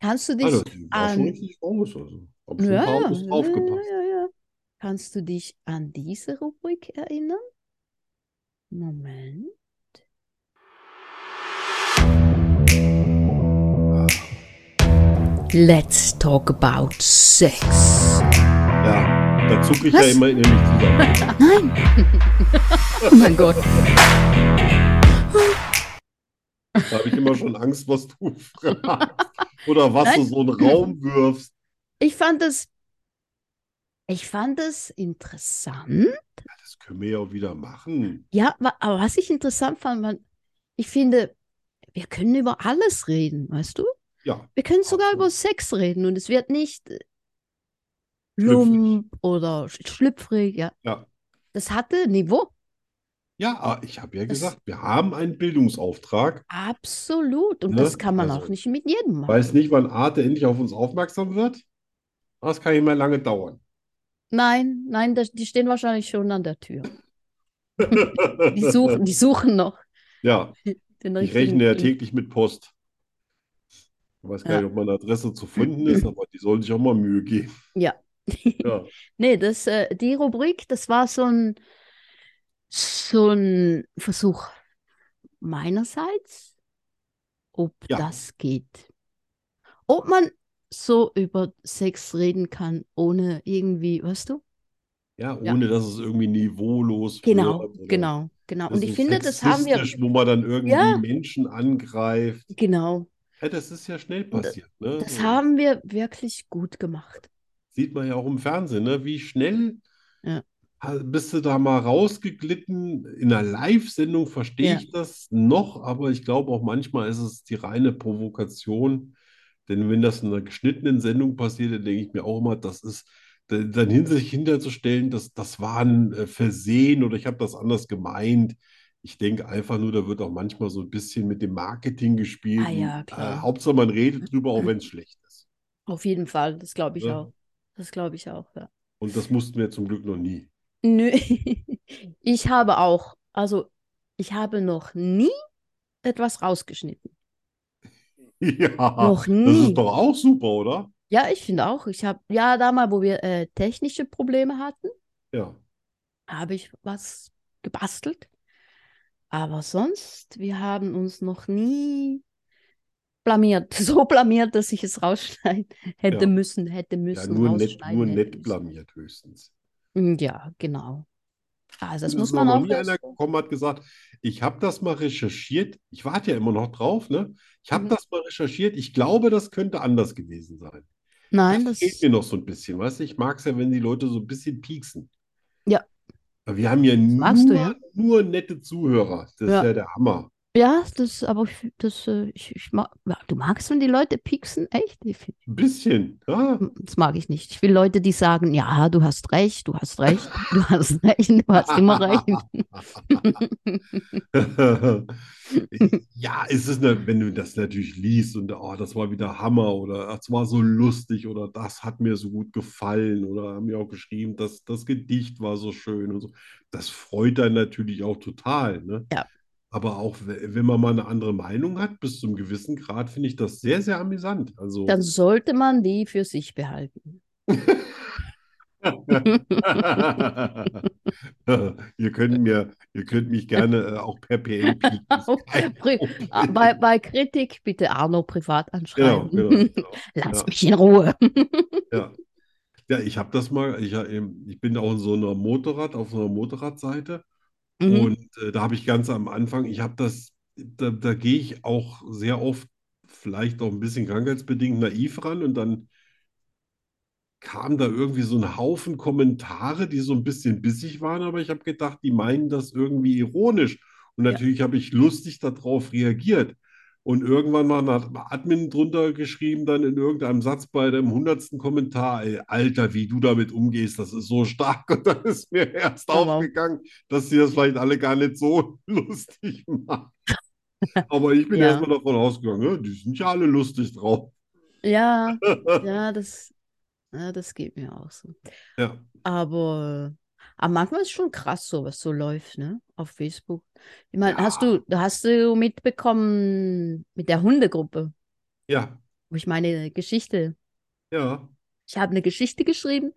S2: Kannst du dich
S1: Also, die war schon
S2: an-
S1: richtig groß. Also, hab schon ein
S2: Ja,
S1: paar
S2: ja,
S1: Autos
S2: ja,
S1: aufgepasst.
S2: ja, ja. Kannst du dich an diese Rubrik erinnern? Moment.
S3: Let's talk about sex.
S1: Ja, da zucke ich ja
S3: Was?
S1: immer in mich zusammen.
S3: Oh mein Gott.
S1: Da habe ich immer schon Angst, was du fragst. Oder was du
S2: Nein.
S1: so in den Raum wirfst.
S2: Ich fand es, ich fand es interessant.
S1: Das können wir ja auch wieder machen.
S2: Ja, wa- aber was ich interessant fand, war, ich finde, wir können über alles reden, weißt du?
S1: Ja,
S2: Wir können sogar
S1: Absolut.
S2: über Sex reden und es wird nicht äh,
S1: Schlüpfrig.
S2: plump oder sch- schlüpfrig, ja.
S1: Ja.
S2: Das hatte Niveau.
S1: ja, aber ich habe ja
S2: Das-
S1: gesagt, wir haben einen Bildungsauftrag.
S2: Absolut. Und
S1: Ne?
S2: das kann man
S1: Also-
S2: auch nicht mit jedem machen.
S1: Weiß nicht, wann Arte endlich auf uns aufmerksam wird. Aber Das kann immer lange dauern.
S2: Nein, nein, das, die stehen wahrscheinlich schon an der Tür. Die suchen, die suchen noch
S1: Ja,
S2: den
S1: ich
S2: richtigen.
S1: rechne ja täglich mit Post. Ich weiß gar
S2: Ja.
S1: nicht, ob meine Adresse zu finden ist, aber die sollen sich auch mal Mühe geben. Ja,
S2: Nee, das, äh, die Rubrik, das war so ein, so ein Versuch meinerseits, ob
S1: Ja.
S2: das geht. Ob man so über Sex reden kann, ohne irgendwie, weißt du?
S1: ja
S2: Ja.
S1: ohne dass es irgendwie niveaulos
S2: Genau,
S1: wird. oder
S2: genau, genau. Und
S1: das
S2: ich
S1: ist
S2: finde, das haben wir,
S1: sexistisch, wo man dann irgendwie
S2: Ja.
S1: Menschen angreift.
S2: genau,
S1: Ja, das ist ja schnell passiert. Ne?
S2: das
S1: So,
S2: haben wir wirklich gut gemacht.
S1: sieht man ja auch im Fernsehen, ne? wie schnell
S2: Ja.
S1: ha- bist du da mal rausgeglitten. In einer Live-Sendung verstehe
S2: Ja.
S1: ich das noch, aber ich glaube auch manchmal ist es die reine Provokation. Denn wenn das in einer geschnittenen Sendung passiert, dann denke ich mir auch immer, das ist da- dann hin sich hinterzustellen, das, das war ein äh, Versehen oder ich habe das anders gemeint. Ich denke einfach nur, da wird auch manchmal so ein bisschen mit dem Marketing gespielt.
S2: Ah ja,
S1: und,
S2: klar.
S1: Äh, Hauptsache, man redet drüber, auch wenn es schlecht ist.
S2: Auf jeden Fall, das glaube ich
S1: Ja.
S2: auch. Das glaube ich auch, ja.
S1: Und das mussten wir zum Glück noch nie.
S2: Nö, ich habe auch, also ich habe noch nie etwas rausgeschnitten.
S1: Ja,
S2: Noch
S1: Ah, das
S2: nie.
S1: ist doch auch super, oder?
S2: Ja, ich finde auch. Ich habe, ja, damals, wo wir äh, technische Probleme hatten,
S1: Ja.
S2: habe ich was gebastelt. Aber sonst, wir haben uns noch nie blamiert. So blamiert, dass ich es rausschneiden hätte
S1: Ja.
S2: müssen, hätte
S1: Ja,
S2: müssen,
S1: nur nett,
S2: rausschneiden
S1: nur
S2: hätte
S1: nett
S2: müssen.
S1: blamiert höchstens.
S2: Ja, genau. Also das
S1: Es
S2: muss
S1: ist
S2: man
S1: noch
S2: auch
S1: nie einer
S2: erst-
S1: gekommen hat gesagt, ich habe das mal recherchiert. Ich warte ja immer noch drauf, ne? Ich habe
S2: Mhm.
S1: das mal recherchiert. Ich glaube, das könnte anders gewesen sein.
S2: Nein,
S1: das
S2: das,
S1: fehlt mir noch so ein bisschen, weißt du? Ich mag es ja, wenn die Leute so ein bisschen pieksen.
S2: Ja.
S1: Aber wir haben ja
S2: magst du,
S1: nur,
S2: ja.
S1: nur nette Zuhörer. Das ist
S2: Ja.
S1: ja der Hammer.
S2: ja, das, aber ich, das, äh, ich, ich mag, du magst, wenn die Leute pieksen, echt? Ich, find-
S1: Ein bisschen. Ja.
S2: das mag ich nicht. Ich will Leute, die sagen, ja, du hast recht, du hast recht, du hast recht, du hast immer recht.
S1: Ja, es ist, ne- wenn du das natürlich liest und oh, das war wieder Hammer oder das war so lustig oder das hat mir so gut gefallen oder haben mir auch geschrieben, dass das Gedicht war so schön und so. Das freut dann natürlich auch total, ne?
S2: Ja.
S1: Aber auch we- wenn man mal eine andere Meinung hat, bis zum gewissen Grad finde ich das sehr, sehr amüsant. Also
S2: Dann sollte man die für sich behalten.
S1: ihr könnt mir, ihr könnt mich gerne äh, auch per PN pieken. Ist
S2: Au,
S1: kein
S2: pri-
S1: Problem.
S2: Ah, Bei, bei Kritik bitte Arno privat
S1: Genau,
S2: anschreiben.
S1: genau, genau.
S2: Lass
S1: Ja.
S2: mich in Ruhe.
S1: Ja, ja ich habe das mal, ich, ähm, ich bin auch in so einer Motorrad, auf so einer Motorradseite
S2: Mhm.
S1: und äh, da habe ich ganz am Anfang, ich habe das, da, da gehe ich auch sehr oft, vielleicht auch ein bisschen krankheitsbedingt naiv ran und dann kam da irgendwie so ein Haufen Kommentare, die so ein bisschen bissig waren, aber ich habe gedacht, die meinen das irgendwie ironisch. Und
S2: Ja.
S1: natürlich habe ich lustig darauf reagiert. Und irgendwann mal hat ein Admin drunter geschrieben, dann in irgendeinem Satz bei dem hundertsten Kommentar, ey, Alter, wie du damit umgehst, das ist so stark. Und dann ist mir erst
S2: Oh, wow.
S1: aufgegangen, dass sie das vielleicht alle gar nicht so lustig machen. Aber ich bin
S2: Ja.
S1: erstmal davon ausgegangen, ja, die sind ja alle lustig drauf.
S2: Ja, ja, das, ja, das geht mir auch so.
S1: Ja.
S2: Aber, aber manchmal ist schon krass, so was so läuft, ne? Auf Facebook. Ich meine,
S1: Ja.
S2: hast du, hast du mitbekommen mit der Hundegruppe,
S1: Ja,
S2: wo ich meine Geschichte,
S1: ja.
S2: ich habe eine Geschichte geschrieben,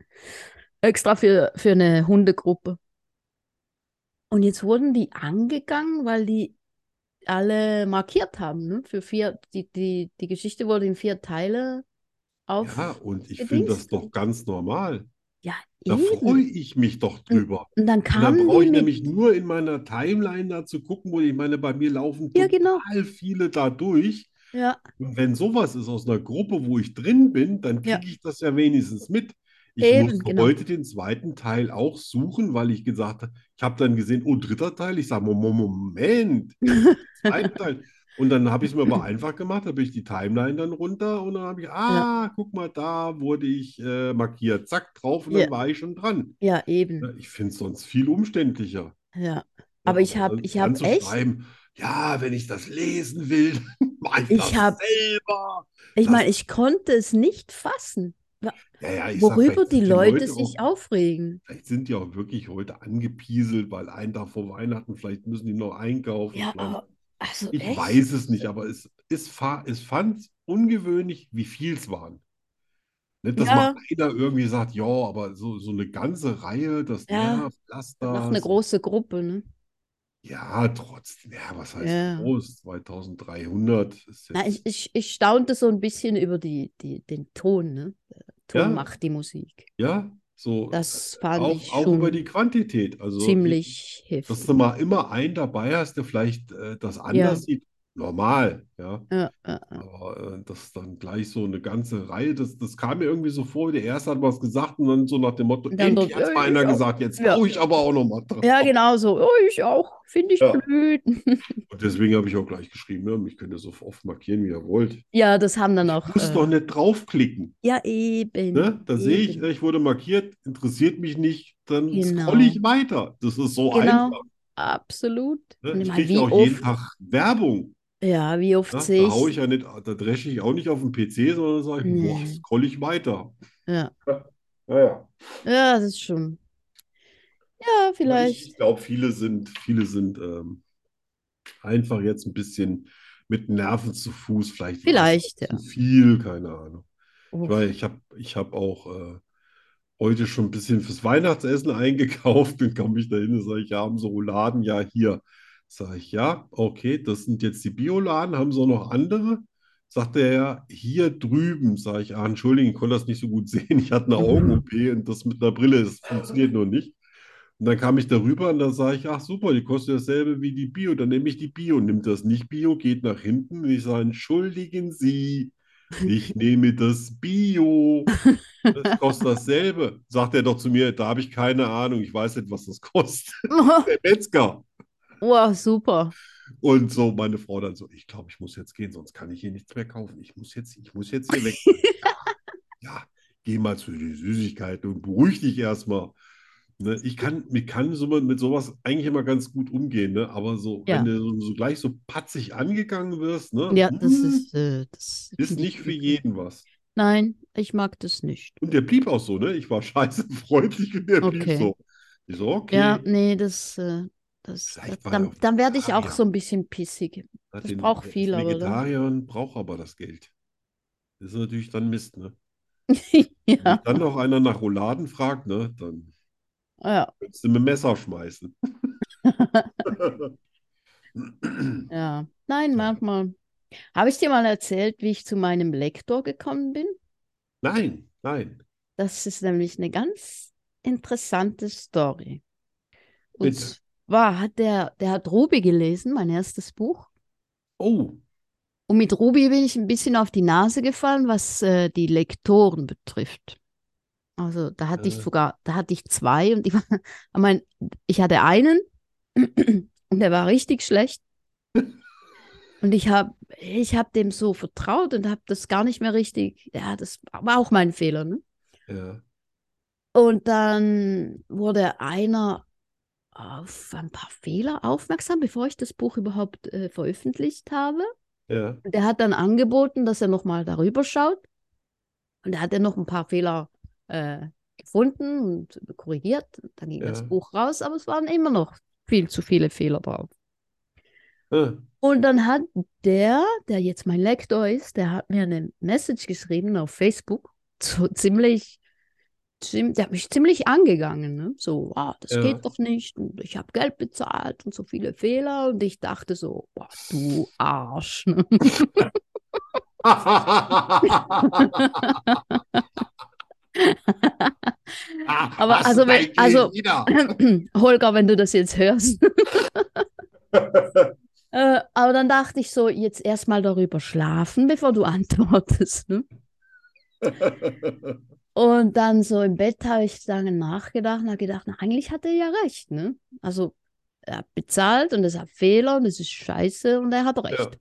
S2: extra für, für eine Hundegruppe. Und jetzt wurden die angegangen, weil die alle markiert haben, ne? Für vier, die, die, die Geschichte wurde in vier Teile auf.
S1: Ja, und ich
S2: ihr
S1: finde
S2: Dings
S1: das doch ganz normal.
S2: Ja,
S1: Da
S2: eben.
S1: freue ich mich doch drüber.
S2: Und dann
S1: Und dann
S2: kamen
S1: brauche
S2: die
S1: ich
S2: mit.
S1: nämlich nur in meiner Timeline da zu gucken, wo ich meine, bei mir laufen
S2: Ja, genau.
S1: total viele da durch.
S2: Ja,
S1: Und wenn sowas ist aus einer Gruppe, wo ich drin bin, dann
S2: Ja.
S1: kriege ich das ja wenigstens mit. Ich
S2: Eben,
S1: musste
S2: genau.
S1: heute den zweiten Teil auch suchen, weil ich gesagt habe, ich habe dann gesehen, oh, dritter Teil. Ich sage, Moment, zweiter Teil. Und dann habe ich es mir aber einfach gemacht, da bin ich die Timeline dann runter und dann habe ich, ah, guck mal, da wurde ich äh, markiert. Zack, drauf und
S2: Ja.
S1: dann war ich schon dran.
S2: ja, eben.
S1: Ich finde es sonst viel umständlicher.
S2: Ja. Aber ich hab-
S1: dann-
S2: ich hab
S1: dann zu
S2: echt-
S1: schreiben, ja, wenn ich das lesen will, dann mach ich
S2: Ich
S1: das
S2: hab-
S1: selber.
S2: Ich
S1: Das-
S2: meine, ich konnte es nicht fassen,
S1: Ja, ja, ich sag,
S2: worüber
S1: vielleicht
S2: die
S1: sind
S2: Leute sich
S1: auch,
S2: aufregen.
S1: vielleicht sind die auch wirklich heute angepieselt, weil ein Tag vor Weihnachten, vielleicht müssen die noch einkaufen.
S2: Ja,
S1: vielleicht.
S2: aber also
S1: ich
S2: echt?
S1: weiß es nicht, aber es, es, fa- es fand ungewöhnlich, wie viel es waren. Nicht, dass
S2: Ja.
S1: mal einer irgendwie sagt, ja, aber so, so eine ganze Reihe, das
S2: Ja,
S1: nervt, lass
S2: Noch eine
S1: das.
S2: große Gruppe, ne?
S1: Ja, trotzdem, ja, was heißt
S2: Ja.
S1: groß? 2300 ist
S2: Na,
S1: jetzt.
S2: ich, ich, ich staunte so ein bisschen über die, die, den Ton, ne? Der Ton
S1: Ja.
S2: macht die Musik.
S1: Ja, so
S2: Das fand
S1: auch,
S2: ich
S1: auch
S2: schon
S1: über die Quantität. Also,
S2: ziemlich
S1: dass
S2: heftig.
S1: du mal immer einen dabei hast, der vielleicht äh, das anders sieht. Normal, ja.
S2: Ja, ja, ja.
S1: Aber äh, dass dann gleich so eine ganze Reihe, das, das kam mir irgendwie so vor, der Erste hat was gesagt und dann so nach dem Motto,
S2: Und dann
S1: endlich
S2: so,
S1: hat es
S2: ja,
S1: mal einer
S2: ich auch.
S1: gesagt, jetzt
S2: Ja.
S1: hau ich aber auch nochmal drauf.
S2: Ja, genau so. Oh, ich auch. Finde ich
S1: Ja.
S2: blöd.
S1: Und deswegen habe ich auch gleich geschrieben, ja, mich könnt ihr so oft markieren, wie ihr wollt.
S2: Ja, das haben dann auch.
S1: Ich muss
S2: äh, Mhm.
S1: doch nicht draufklicken.
S2: ja, eben.
S1: Ne? Da sehe ich,
S2: eben.
S1: ich wurde markiert, interessiert mich nicht, dann
S2: Genau.
S1: scroll ich weiter. Das ist so
S2: Genau.
S1: einfach.
S2: Absolut.
S1: Ne?
S2: Und
S1: Ich
S2: mal, wie
S1: kriege auch jeden
S2: oft,
S1: Tag Werbung.
S2: ja, wie oft
S1: Ne?
S2: sehe
S1: Da hau ich
S2: ich,
S1: ja nicht, da dresche ich auch nicht auf den PC, sondern sage ich, boah,
S2: Nee.
S1: scroll ich weiter.
S2: ja,
S1: Ja, ja.
S2: ja, das ist schon, ja,
S1: Aber Ich, ich
S2: vielleicht,
S1: glaube, viele sind, viele sind ähm, einfach jetzt ein bisschen mit Nerven zu Fuß. Vielleicht war es
S2: vielleicht,
S1: zu
S2: ja.
S1: viel, keine Ahnung.
S2: Oh,
S1: Ich weiß, ich habe ich hab auch äh, heute schon ein bisschen fürs Weihnachtsessen eingekauft. Dann komme ich da hin und sage, ich, ja, haben Sie Rouladen? Ja, hier. Sage ich, ja, okay, das sind jetzt die Bioladen. Haben Sie auch noch andere? Sagt er, ja, hier drüben. Sage ich, ah, Entschuldigung, ich konnte das nicht so gut sehen. Ich hatte eine Augen-OP und das mit einer Brille, das funktioniert noch nicht. Und dann kam ich darüber und dann sage ich, ach super, die kostet dasselbe wie die Bio. Dann nehme ich die Bio, nimmt das nicht Bio, geht nach hinten. Und ich sage, entschuldigen Sie, ich nehme das Bio. Das kostet dasselbe. Sagt er doch zu mir, da habe ich keine Ahnung, ich weiß nicht, was das kostet. Der Metzger.
S2: Oh. wow, super.
S1: Und so meine Frau dann so, ich glaube, ich muss jetzt gehen, sonst kann ich hier nichts mehr kaufen. Ich muss jetzt, ich muss jetzt hier weg. ja, ja, geh mal zu den Süßigkeiten und beruhig dich erstmal. Ne, ich kann, mir kann so, mit sowas eigentlich immer ganz gut umgehen, ne? Aber so,
S2: Ja.
S1: wenn du so, so gleich so patzig angegangen wirst, ne?
S2: Ja, das
S1: hm,
S2: ist, äh, das
S1: ist
S2: finde ich
S1: nicht für
S2: übel.
S1: jeden was.
S2: Nein, ich mag das nicht.
S1: Und der blieb auch so, ne? Ich war scheiße freundlich und der blieb
S2: Okay.
S1: so. Ich so, okay.
S2: Ja, nee, das, äh, das,
S1: Vielleicht
S2: das
S1: war er
S2: dann, dann werde ich auch
S1: Vegetarier.
S2: so ein bisschen pissig.
S1: Hat
S2: Das braucht
S1: der ist
S2: viel, aber ne? dann-
S1: Vegetarier und braucht aber das Geld. Das ist natürlich dann Mist, ne? Wenn
S2: Ja,
S1: dich dann noch einer nach Rouladen fragt, ne, dann
S2: ja,
S1: könntest du mit dem Messer schmeißen.
S2: ja. Nein, manchmal. Habe ich dir mal erzählt, wie ich zu meinem Lektor gekommen bin?
S1: Nein, nein.
S2: Das ist nämlich eine ganz interessante Story. Und
S1: Bitte.
S2: zwar hat der, der hat Ruby gelesen, mein erstes Buch.
S1: Oh,
S2: Und mit Ruby bin ich ein bisschen auf die Nase gefallen, was äh, die Lektoren betrifft. Also da hatte ich
S1: Äh.
S2: sogar, da hatte ich zwei und ich war, ich mein, ich hatte einen und der war richtig schlecht. Und ich habe ich hab dem so vertraut und habe das gar nicht mehr richtig. Ja, das war auch mein Fehler, ne?
S1: Ja.
S2: Und dann wurde einer auf ein paar Fehler aufmerksam, bevor ich das Buch überhaupt äh, veröffentlicht habe.
S1: Ja.
S2: Und der hat dann angeboten, dass er nochmal darüber schaut. Und da hat er noch ein paar Fehler äh, gefunden und korrigiert. Dann ging
S1: Ja.
S2: das Buch raus, aber es waren immer noch viel zu viele Fehler drauf.
S1: Ah,
S2: Und dann hat der, der jetzt mein Lektor ist, der hat mir eine Message geschrieben auf Facebook. So ziemlich, ziem, der hat mich ziemlich angegangen. Ne? So, ah, das
S1: Ja.
S2: geht doch nicht. Und ich habe Geld bezahlt und so viele Fehler. Und ich dachte so, boah, du Arsch. Ne?
S1: Aber
S2: also wenn- also- Holger, wenn du das jetzt hörst. äh, aber dann dachte ich so, jetzt erstmal darüber schlafen, bevor du antwortest. Ne? Und dann so im Bett habe ich lange nachgedacht und habe gedacht, na, eigentlich hat er ja recht. Ne? Also er hat bezahlt und es hat Fehler und es ist scheiße und er hat recht.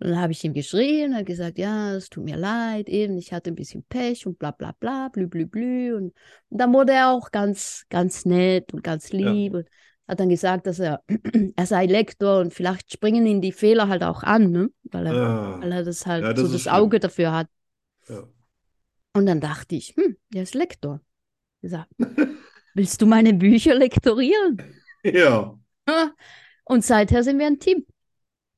S2: Und dann habe ich ihm geschrien, hat gesagt, ja, es tut mir leid, eben, ich hatte ein bisschen Pech und bla bla bla, blü blü blü. Und, und dann wurde er auch ganz, ganz nett und ganz lieb und hat dann gesagt, dass er, er sei Lektor und vielleicht springen ihn die Fehler halt auch an, ne? weil, er, weil
S1: Ah,
S2: er das halt
S1: Ja, das
S2: so
S1: ist
S2: das
S1: schlimm.
S2: Auge dafür hat.
S1: ja.
S2: Und dann dachte ich, hm, der ist Lektor. Ich sag, willst du meine Bücher lektorieren?
S1: ja,
S2: Und seither sind wir ein Team.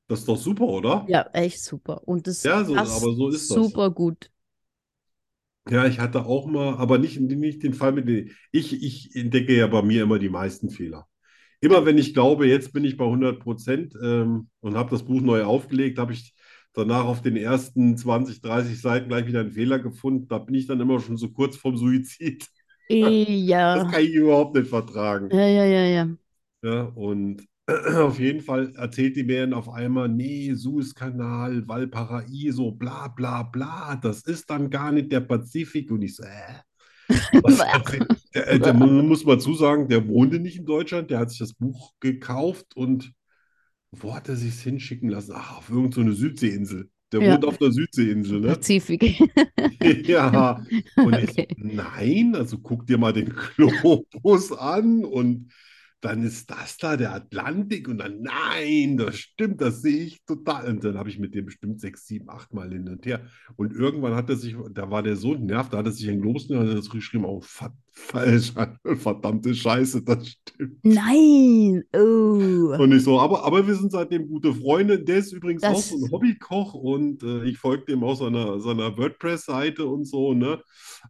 S1: das ist doch super, oder?
S2: Ja, echt super. Und das
S1: Ja, so,
S2: passt
S1: aber so ist das.
S2: super gut.
S1: Ja, ich hatte auch mal, aber nicht, nicht den Fall mit den. Ich, ich entdecke ja bei mir immer die meisten Fehler. Immer wenn ich glaube, jetzt bin ich bei 100 Prozent ähm, und habe das Buch neu aufgelegt, habe ich danach auf den ersten 20, 30 Seiten gleich wieder einen Fehler gefunden. Da bin ich dann immer schon so kurz vorm Suizid. Das
S2: Ja,
S1: kann ich überhaupt nicht vertragen.
S2: ja, ja, ja, ja.
S1: Ja, und auf jeden Fall erzählt die mir dann auf einmal, nee, Suezkanal, Valparaiso, bla bla bla, das ist dann gar nicht der Pazifik. Und ich so, äh. Was erzählt- der, äh, der, man muss mal zusagen, der wohnte nicht in Deutschland, der hat sich das Buch gekauft und wo hat er sich hinschicken lassen? Ach, auf irgendeine so eine Südseeinsel. Der
S2: Ja.
S1: wohnt auf einer Südseeinsel, ne?
S2: Pazifik.
S1: Ja, und ich so,
S2: Okay.
S1: nein, also guck dir mal den Globus an und dann ist das da der Atlantik und dann, nein, das stimmt, das sehe ich total. Und dann habe ich mit dem bestimmt sechs, sieben, acht Mal hin und her. Und irgendwann hat er sich, da war der so genervt, da hat er sich einen Globus genommen und hat zurückgeschrieben, oh, fa- falsch, verdammte Scheiße, das stimmt.
S2: Nein. Oh.
S1: Und ich so, aber, aber wir sind seitdem gute Freunde. Der ist übrigens auch
S2: Das-
S1: so ein Hobbykoch und äh, ich folge dem auch seiner, seiner WordPress-Seite und so, ne?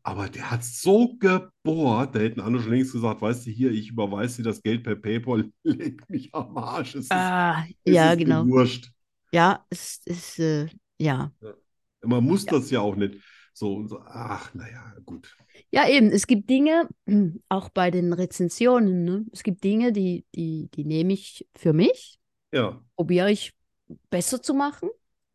S1: Aber der hat so gebohrt, da hätten andere schon längst gesagt, weißt du hier, ich überweise dir das Geld per PayPal, leg mich am Arsch. Es ist,
S2: Ah,
S1: es
S2: ja,
S1: ist mir
S2: genau.
S1: wurscht.
S2: Ja, es ist, äh, ja.
S1: Man muss das ja auch nicht. So, und so, ach, naja, gut.
S2: Ja, eben, es gibt Dinge, auch bei den Rezensionen, ne? Es gibt Dinge, die, die, die nehme ich für mich,
S1: Ja,
S2: probiere ich besser zu machen.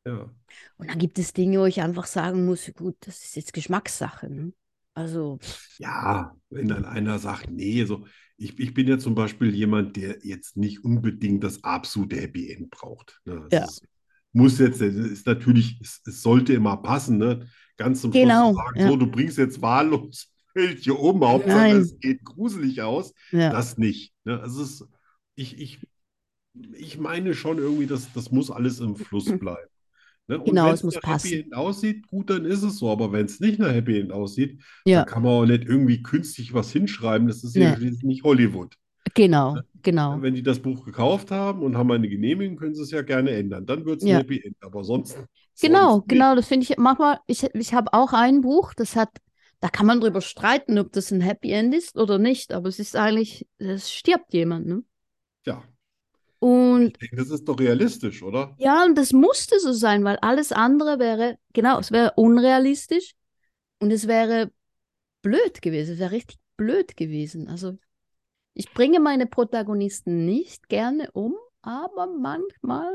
S1: ja.
S2: Und dann gibt es Dinge, wo ich einfach sagen muss, gut, das ist jetzt Geschmackssache, ne? Also,
S1: Ja, wenn dann einer sagt, nee, so, ich, ich bin ja zum Beispiel jemand, der jetzt nicht unbedingt das absolute Happy End braucht. Ne? Es
S2: Ja.
S1: ist, muss jetzt, es ist natürlich, es, es sollte immer passen, ne? Ganz zum Schluss zu
S2: Genau,
S1: sagen,
S2: ja.
S1: so, du bringst jetzt wahllos welche um, Hauptsache
S2: Nein.
S1: es geht gruselig aus,
S2: ja.
S1: das nicht. Ne? Also es ist, ich, ich, ich meine schon irgendwie, das, das muss alles im Fluss bleiben. Ne? Und
S2: Mhm. Genau,
S1: wenn
S2: es muss
S1: nach
S2: passen.
S1: Happy End aussieht, gut, dann ist es so. Aber wenn es nicht nach Happy End aussieht,
S2: Ja.
S1: da kann man auch nicht irgendwie künstlich was hinschreiben. Das ist
S2: Nee.
S1: ja schließlich nicht Hollywood. Ne,
S2: Genau, genau.
S1: Wenn die das Buch gekauft haben und haben eine Genehmigung, können sie es ja gerne ändern. Dann wird es ein
S2: Ja.
S1: Happy End. Aber sonst,
S2: Genau,
S1: sonst
S2: genau, das finde ich manchmal, ich, ich habe auch ein Buch, das hat, da kann man drüber streiten, ob das ein Happy End ist oder nicht, aber es ist eigentlich, es stirbt jemand, ne?
S1: nicht. Ja,
S2: Und
S1: ich denke, das ist doch realistisch, oder?
S2: ja, und das musste so sein, weil alles andere wäre, genau, es wäre unrealistisch und es wäre blöd gewesen, es wäre richtig blöd gewesen. Also ich bringe meine Protagonisten nicht gerne um, aber manchmal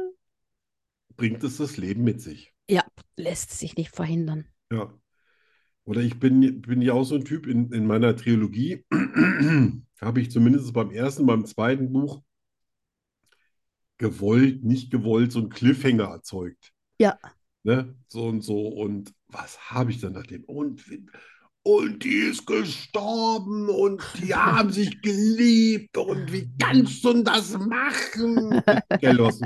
S1: Bringt es das Leben mit sich.
S2: lässt es sich nicht verhindern.
S1: Ja. Oder ich bin, bin ja auch so ein Typ in, in meiner Trilogie, habe ich zumindest beim ersten, beim zweiten Buch gewollt, nicht gewollt, so einen Cliffhanger erzeugt.
S2: Ja.
S1: Ne? So und so. Und was habe ich dann nachdem? Und, und die ist gestorben und die haben sich geliebt. Und wie kannst du das machen? Ja, los.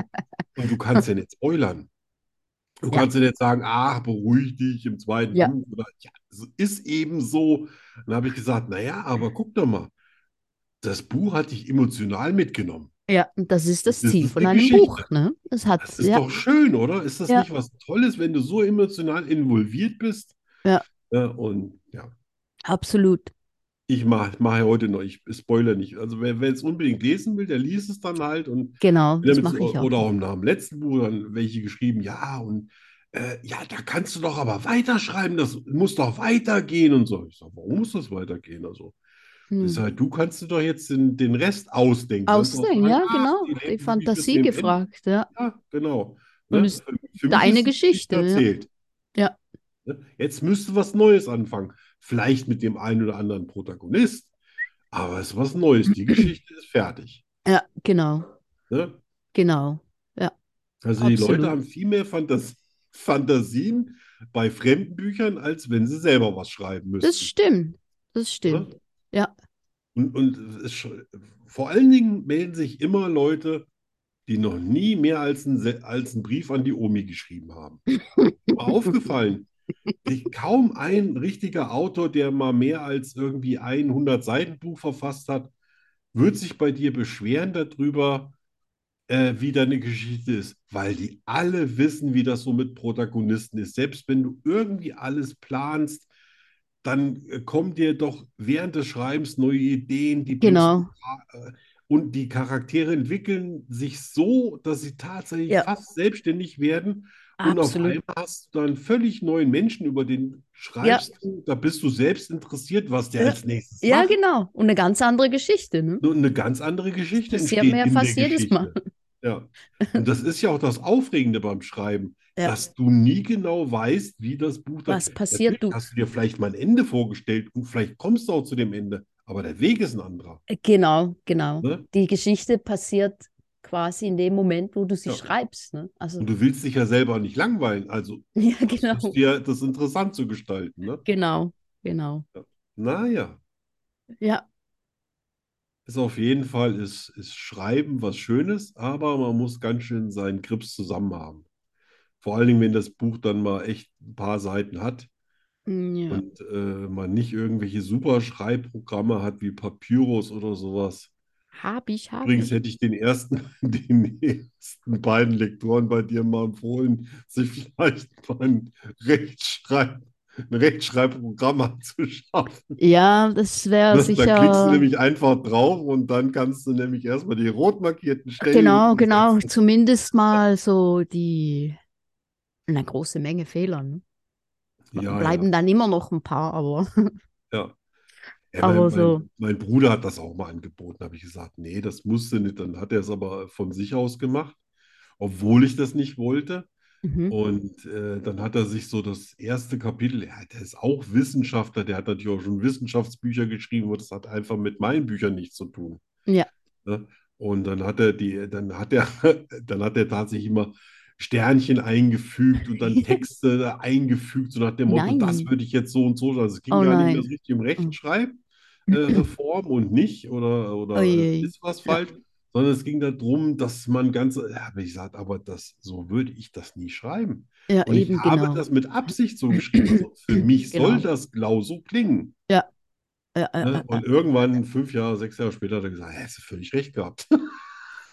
S1: und du kannst ja nicht spoilern. Du
S2: Ja.
S1: kannst ja nicht sagen, ach, beruhig dich im zweiten
S2: Ja.
S1: Buch. Oder, ja, es ist eben so. Dann habe ich gesagt, naja, aber guck doch mal. Das Buch hat dich emotional mitgenommen.
S2: Ja, und das ist das
S1: Das
S2: Ziel
S1: ist
S2: von
S1: die
S2: einem
S1: Geschichte.
S2: Buch, ne? Das hat,
S1: Das ist
S2: ja,
S1: doch schön, oder? Ist das
S2: Ja.
S1: nicht was Tolles, wenn du so emotional involviert bist?
S2: Ja.
S1: Äh, und ja,
S2: absolut.
S1: ich mache mach ja heute noch, ich spoiler nicht. Also wer wer es unbedingt lesen will, der liest es dann halt und
S2: Genau, das
S1: damit,
S2: mache ich auch.
S1: oder auch nach dem letzten Buch dann welche geschrieben, ja, und äh, ja, da kannst du doch aber weiterschreiben, das muss doch weitergehen und so. Ich sage, warum muss das weitergehen? Also,
S2: Hm.
S1: ich sag, du kannst dir doch jetzt den, den Rest ausdenken. Kannst du auch
S2: Ausdenken,
S1: sagen,
S2: ja,
S1: ach,
S2: genau.
S1: die leben
S2: Die
S1: bis
S2: Fantasie
S1: dem Ende.
S2: gefragt, ja.
S1: Ja, genau.
S2: Und
S1: Ne?
S2: es-
S1: Für mich
S2: deine
S1: ist die
S2: Geschichte,
S1: Geschichte
S2: ja.
S1: erzählt.
S2: Ja.
S1: Ne? Jetzt müsste was Neues anfangen. Vielleicht mit dem einen oder anderen Protagonist, aber es ist was Neues. Die Geschichte ist fertig.
S2: Ja, genau,
S1: Ne?
S2: genau.
S1: Also die
S2: Absolut.
S1: Leute haben viel mehr Fantas Fantasien bei fremden Büchern, als wenn sie selber was schreiben müssen.
S2: Das stimmt, das stimmt.
S1: Ne?
S2: Ja.
S1: Und, und es, sch- vor allen Dingen melden sich immer Leute, die noch nie mehr als einen, Se- als einen Brief an die Omi geschrieben haben. Mal aufgefallen. Ich, kaum ein richtiger Autor, der mal mehr als irgendwie ein 100-Seiten-Buch verfasst hat, wird sich bei dir beschweren darüber, äh, wie deine Geschichte ist, weil die alle wissen, wie das so mit Protagonisten ist. Selbst wenn du irgendwie alles planst, dann äh, kommen dir doch während des Schreibens neue Ideen, die bringst
S2: Genau.
S1: äh, und die Charaktere entwickeln sich so, dass sie tatsächlich
S2: Ja.
S1: fast selbstständig werden. Und auf
S2: Absolut.
S1: einmal hast du dann einen völlig neuen Menschen, über den schreibst du, da bist du selbst interessiert, was der
S2: Ja.
S1: als nächstes
S2: Ja,
S1: macht.
S2: genau. Und eine ganz andere Geschichte, ne?
S1: Nur eine ganz andere Geschichte
S2: Das sieht
S1: entsteht
S2: man ja
S1: in der
S2: fast jedes Mal.
S1: Geschichte. Ja. Und das ist ja auch das Aufregende beim Schreiben,
S2: Ja.
S1: dass du nie genau weißt, wie das Buch dann.
S2: Was passiert
S1: Natürlich
S2: du?
S1: hast du dir vielleicht mal ein Ende vorgestellt und vielleicht kommst du auch zu dem Ende, aber der Weg ist ein anderer.
S2: Genau, genau.
S1: Ne?
S2: Die Geschichte passiert quasi in dem Moment, wo du sie
S1: Ja.
S2: schreibst, ne? Also,
S1: Und du willst dich ja selber nicht langweilen, also
S2: ja,
S1: versuchst
S2: genau.
S1: du ja das interessant zu gestalten. Ne?
S2: Genau, genau.
S1: Naja,
S2: Ja,
S1: ist auf jeden Fall ist, ist Schreiben was Schönes, aber man muss ganz schön seinen Grips zusammen haben. Vor allen Dingen, wenn das Buch dann mal echt ein paar Seiten hat.
S2: mm, ja.
S1: und äh, man nicht irgendwelche super Schreibprogramme hat wie Papyrus oder sowas.
S2: Hab ich, hab
S1: Übrigens
S2: ich.
S1: hätte ich den ersten, den ersten beiden Lektoren bei dir mal empfohlen, sich vielleicht mal ein Rechtschreib, ein Rechtschreibprogramm anzuschaffen.
S2: Ja, das wäre
S1: Das, da klickst du
S2: Äh, sicher.
S1: nämlich einfach drauf und dann kannst du nämlich erstmal die rot markierten Stellen.
S2: Genau, genau.
S1: umsetzen.
S2: Zumindest mal so die, eine große Menge Fehler, ne?
S1: Ja,
S2: Bleiben
S1: ja.
S2: dann immer noch ein paar, aber
S1: Ja,
S2: aber
S1: mein,
S2: so.
S1: mein, mein Bruder hat das auch mal angeboten, habe ich gesagt, nee, das musste nicht. Dann hat er es aber von sich aus gemacht, obwohl ich das nicht wollte.
S2: mhm.
S1: Und äh, dann hat er sich so das erste Kapitel, ja, der ist auch Wissenschaftler, der hat natürlich auch schon Wissenschaftsbücher geschrieben, und das hat einfach mit meinen Büchern nichts zu tun.
S2: Ja.
S1: Ne? Und dann hat er die, dann hat er, dann hat er tatsächlich immer Sternchen eingefügt und dann Texte eingefügt, so nach dem Motto,
S2: Nein.
S1: das würde ich jetzt so und so. schreiben. Also es ging
S2: Oh
S1: gar nicht
S2: nein.
S1: mehr so richtig um Rechtschreib äh, Reform und nicht oder, oder
S2: Oje.
S1: ist was
S2: Ja.
S1: falsch, sondern es ging darum, dass man ganze, ja, habe ich gesagt, aber das, so würde ich das nie schreiben.
S2: Ja,
S1: Und ich
S2: eben
S1: habe
S2: genau.
S1: das mit Absicht so geschrieben. Also für mich soll
S2: Genau.
S1: das genau so klingen.
S2: Ja, ja,
S1: Ne?
S2: ja,
S1: Und irgendwann, fünf Jahre, sechs Jahre später, hat er gesagt, ja, hast du völlig recht gehabt.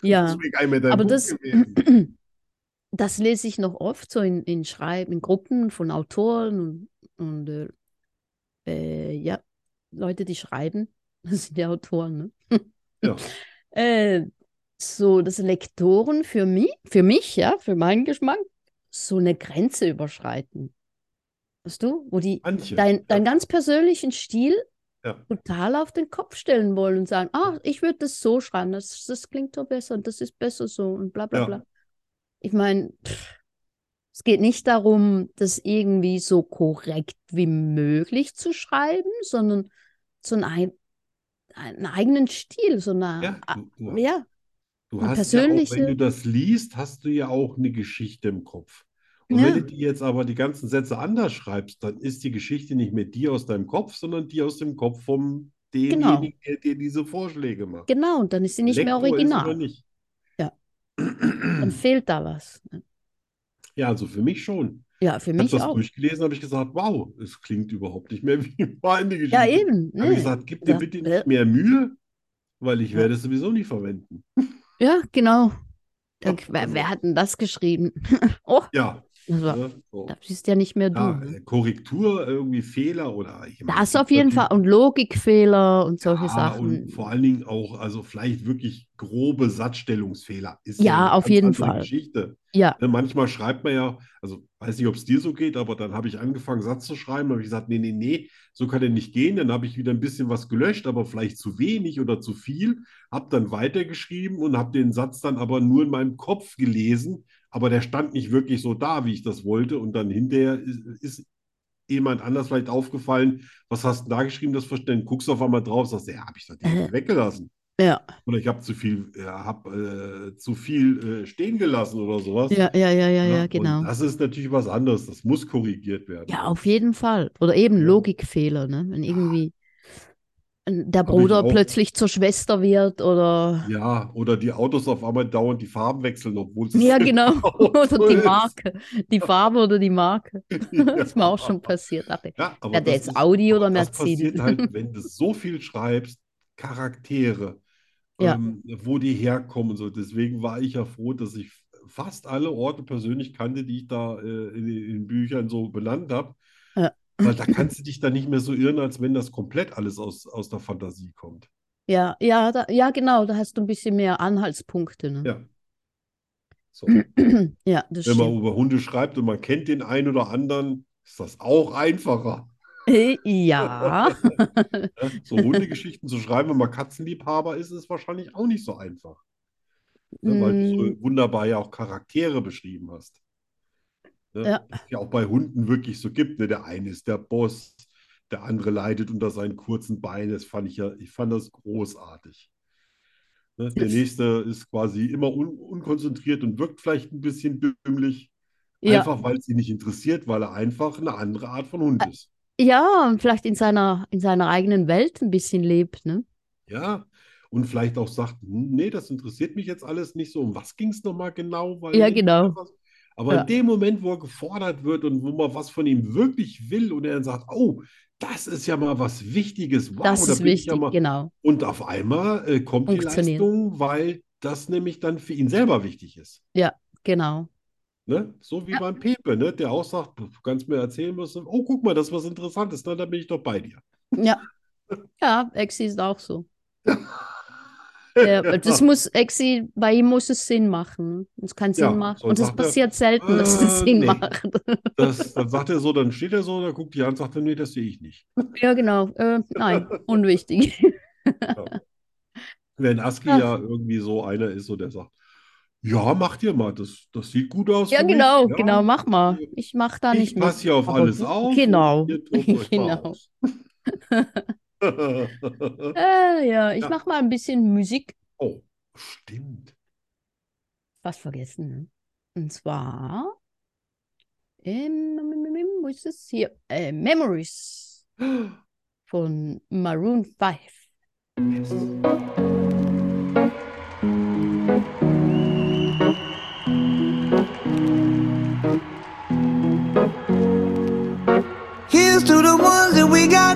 S2: ja.
S1: Das wäre gar nicht mehr dein
S2: Aber
S1: Buch
S2: das,
S1: gewesen.
S2: das lese ich noch oft so in, in Schreiben, in Gruppen von Autoren und, und äh, äh, ja, Leute, die schreiben, das sind ja Autoren, ne?
S1: Ja.
S2: Äh, so, dass Lektoren für mich, für mich, ja, für meinen Geschmack, so eine Grenze überschreiten. Weißt du, wo die
S1: Manche.
S2: dein, deinen ganz persönlichen Stil
S1: Ja.
S2: total auf den Kopf stellen wollen und sagen, ah, ich würde das so schreiben, das, das klingt doch besser und das ist besser so und bla bla
S1: Ja.
S2: bla. Ich meine, Es geht nicht darum, das irgendwie so korrekt wie möglich zu schreiben, sondern so einen, einen eigenen Stil, so eine,
S1: Ja, du, du,
S2: ja,
S1: du
S2: eine
S1: hast ja auch, wenn
S2: persönliche-
S1: du das liest, hast du ja auch eine Geschichte im Kopf. Und
S2: Ja.
S1: wenn du die jetzt aber die ganzen Sätze anders schreibst, dann ist die Geschichte nicht mehr die aus deinem Kopf, sondern die aus dem Kopf vom demjenigen, der dir diese Vorschläge macht.
S2: genau, und dann ist sie Genau. nicht mehr
S1: Lektor ist
S2: original.
S1: oder nicht.
S2: Ja. Dann fehlt da was.
S1: Ja, also für mich schon.
S2: Ja, für
S1: Ich habe
S2: mich
S1: das
S2: auch.
S1: durchgelesen, habe ich gesagt, wow, es klingt überhaupt nicht mehr wie meine Geschichte.
S2: Ja, eben. ne?
S1: Habe ich
S2: nee.
S1: gesagt, gib dir
S2: Ja,
S1: bitte
S2: äh.
S1: nicht mehr Mühe, weil ich
S2: Ja.
S1: werde es sowieso nicht verwenden.
S2: Ja, genau. Dann,
S1: Ach,
S2: wer,
S1: also.
S2: wer hat denn das geschrieben? Oh,
S1: Ja,
S2: das war,
S1: ne, so.
S2: das bist ja nicht mehr du.
S1: Ja, äh,
S2: ne?
S1: Korrektur, irgendwie Fehler oder ich meine,
S2: Das
S1: es
S2: auf
S1: gibt
S2: jeden Fall.
S1: natürlich-
S2: Und Logikfehler und solche
S1: Ja,
S2: Sachen.
S1: Ah, und vor allen Dingen auch, also vielleicht wirklich grobe Satzstellungsfehler. Ist
S2: Ja,
S1: eine
S2: auf
S1: ganz
S2: jeden
S1: andere
S2: Fall.
S1: Geschichte.
S2: Ja.
S1: Ne, Manchmal schreibt man ja, also weiß nicht, ob es dir so geht, aber dann habe ich angefangen, Satz zu schreiben, habe ich gesagt, nee, nee, nee, so kann er nicht gehen. Dann habe ich wieder ein bisschen was gelöscht, aber vielleicht zu wenig oder zu viel. Habe dann weitergeschrieben und habe den Satz dann aber nur in meinem Kopf gelesen, aber der stand nicht wirklich so da, wie ich das wollte. Und dann hinterher ist, ist jemand anders vielleicht aufgefallen, was hast du denn da geschrieben, das Verständnis? Guckst du auf einmal drauf, sagst, ja, habe ich das
S2: Äh.
S1: jetzt weggelassen.
S2: Ja,
S1: Oder ich habe zu viel, äh, hab, äh, zu viel äh, stehen gelassen oder sowas. ne?
S2: ja, ja, ja, ja, ja,
S1: Und
S2: genau.
S1: das ist natürlich was anderes. Das muss korrigiert werden.
S2: Ja, auf jeden Fall. Oder eben
S1: Ja.
S2: Logikfehler, ne? Wenn irgendwie der
S1: ich
S2: Bruder
S1: auch.
S2: plötzlich zur Schwester wird oder.
S1: Ja, oder die Autos auf einmal dauernd die Farben wechseln, obwohl es
S2: Ja, genau.
S1: Oh,
S2: Oder die
S1: ist.
S2: Marke. Die Farbe oder die Marke. Das ist mir auch schon passiert. Dachte,
S1: Ja, aber
S2: ja, der
S1: das
S2: jetzt
S1: ist,
S2: Audi
S1: aber
S2: oder
S1: das
S2: Mercedes.
S1: passiert halt, wenn du so viel schreibst, Charaktere,
S2: Ja.
S1: ähm, wo die herkommen und so. Deswegen war ich ja froh, dass ich fast alle Orte persönlich kannte, die ich da äh, in, in Büchern so benannt habe.
S2: Ja.
S1: Weil da kannst du dich dann nicht mehr so irren, als wenn das komplett alles aus, aus der Fantasie kommt.
S2: Ja, ja, da, ja, genau. Da hast du ein bisschen mehr Anhaltspunkte, ne?
S1: Ja. So. Wenn
S2: Ja, das
S1: man
S2: stimmt.
S1: über Hunde schreibt und man kennt den einen oder anderen, ist das auch einfacher.
S2: Äh, Ja.
S1: Ja, So Hundegeschichten zu schreiben, wenn man Katzenliebhaber ist, ist wahrscheinlich auch nicht so einfach. Ne, weil du
S2: Mm,
S1: so wunderbar ja auch Charaktere beschrieben hast. Ne?
S2: Ja.
S1: Was ja auch bei Hunden wirklich so gibt. Ne? Der eine ist der Boss, der andere leidet unter seinen kurzen Beinen. Das fand ich ja, ich fand das großartig. Ne? Der
S2: Das-
S1: nächste ist quasi immer un unkonzentriert und wirkt vielleicht ein bisschen dümmlich,
S2: Ja.
S1: einfach weil es ihn nicht interessiert, weil er einfach eine andere Art von Hund ist.
S2: Ja, und vielleicht in seiner, in seiner eigenen Welt ein bisschen lebt, ne?
S1: Ja, und vielleicht auch sagt, hm, nee, das interessiert mich jetzt alles nicht so. Um was ging es nochmal genau? Weil
S2: Ja,
S1: mir-
S2: genau.
S1: Aber
S2: Ja.
S1: in dem Moment, wo er gefordert wird und wo man was von ihm wirklich will und er dann sagt, oh, das ist ja mal was Wichtiges, wow,
S2: Das
S1: da
S2: ist
S1: bin ich ja
S2: wichtig,
S1: mal.
S2: genau.
S1: Und auf einmal äh, kommt die
S2: Funktioniert.
S1: Leistung, weil das nämlich dann für ihn selber wichtig ist.
S2: Genau.
S1: Ne? So wie
S2: Ja.
S1: beim Pepe, ne? Der auch sagt, du kannst mir erzählen müssen, oh, guck mal, das ist was Interessantes, na, da bin ich doch bei dir.
S2: Ja. Ja, Exi ist auch so. Der, das muss, Exi, bei ihm muss es Sinn machen. ne? Es kann Sinn
S1: Ja,
S2: machen.
S1: sonst
S2: Und das
S1: sagt er,
S2: passiert selten, dass es
S1: äh,
S2: Sinn
S1: nee.
S2: macht.
S1: Das, dann sagt er so, dann steht er so, dann guckt die Hand, sagt er, nee, das sehe ich nicht.
S2: Ja, genau. Äh, nein, unwichtig.
S1: Wenn Aski
S2: Ach.
S1: ja irgendwie so einer ist, so der sagt, ja, mach dir mal, das, das sieht gut aus
S2: Ja,
S1: für mich.
S2: genau,
S1: Ja,
S2: genau, mach mal. Ich mach da
S1: Ich
S2: nicht mit.
S1: passe hier auf
S2: Aber
S1: alles
S2: du-
S1: auf. und
S2: genau.
S1: Ihr tobt euch mal
S2: Genau.
S1: aus. genau.
S2: Äh, ja, ich
S1: Ja.
S2: mach mal ein bisschen Musik.
S1: oh, stimmt.
S2: was vergessen. ne? Und zwar, ähm, wo ist es hier? Äh, Memories von Maroon 5.
S4: Here's to the ones that we got.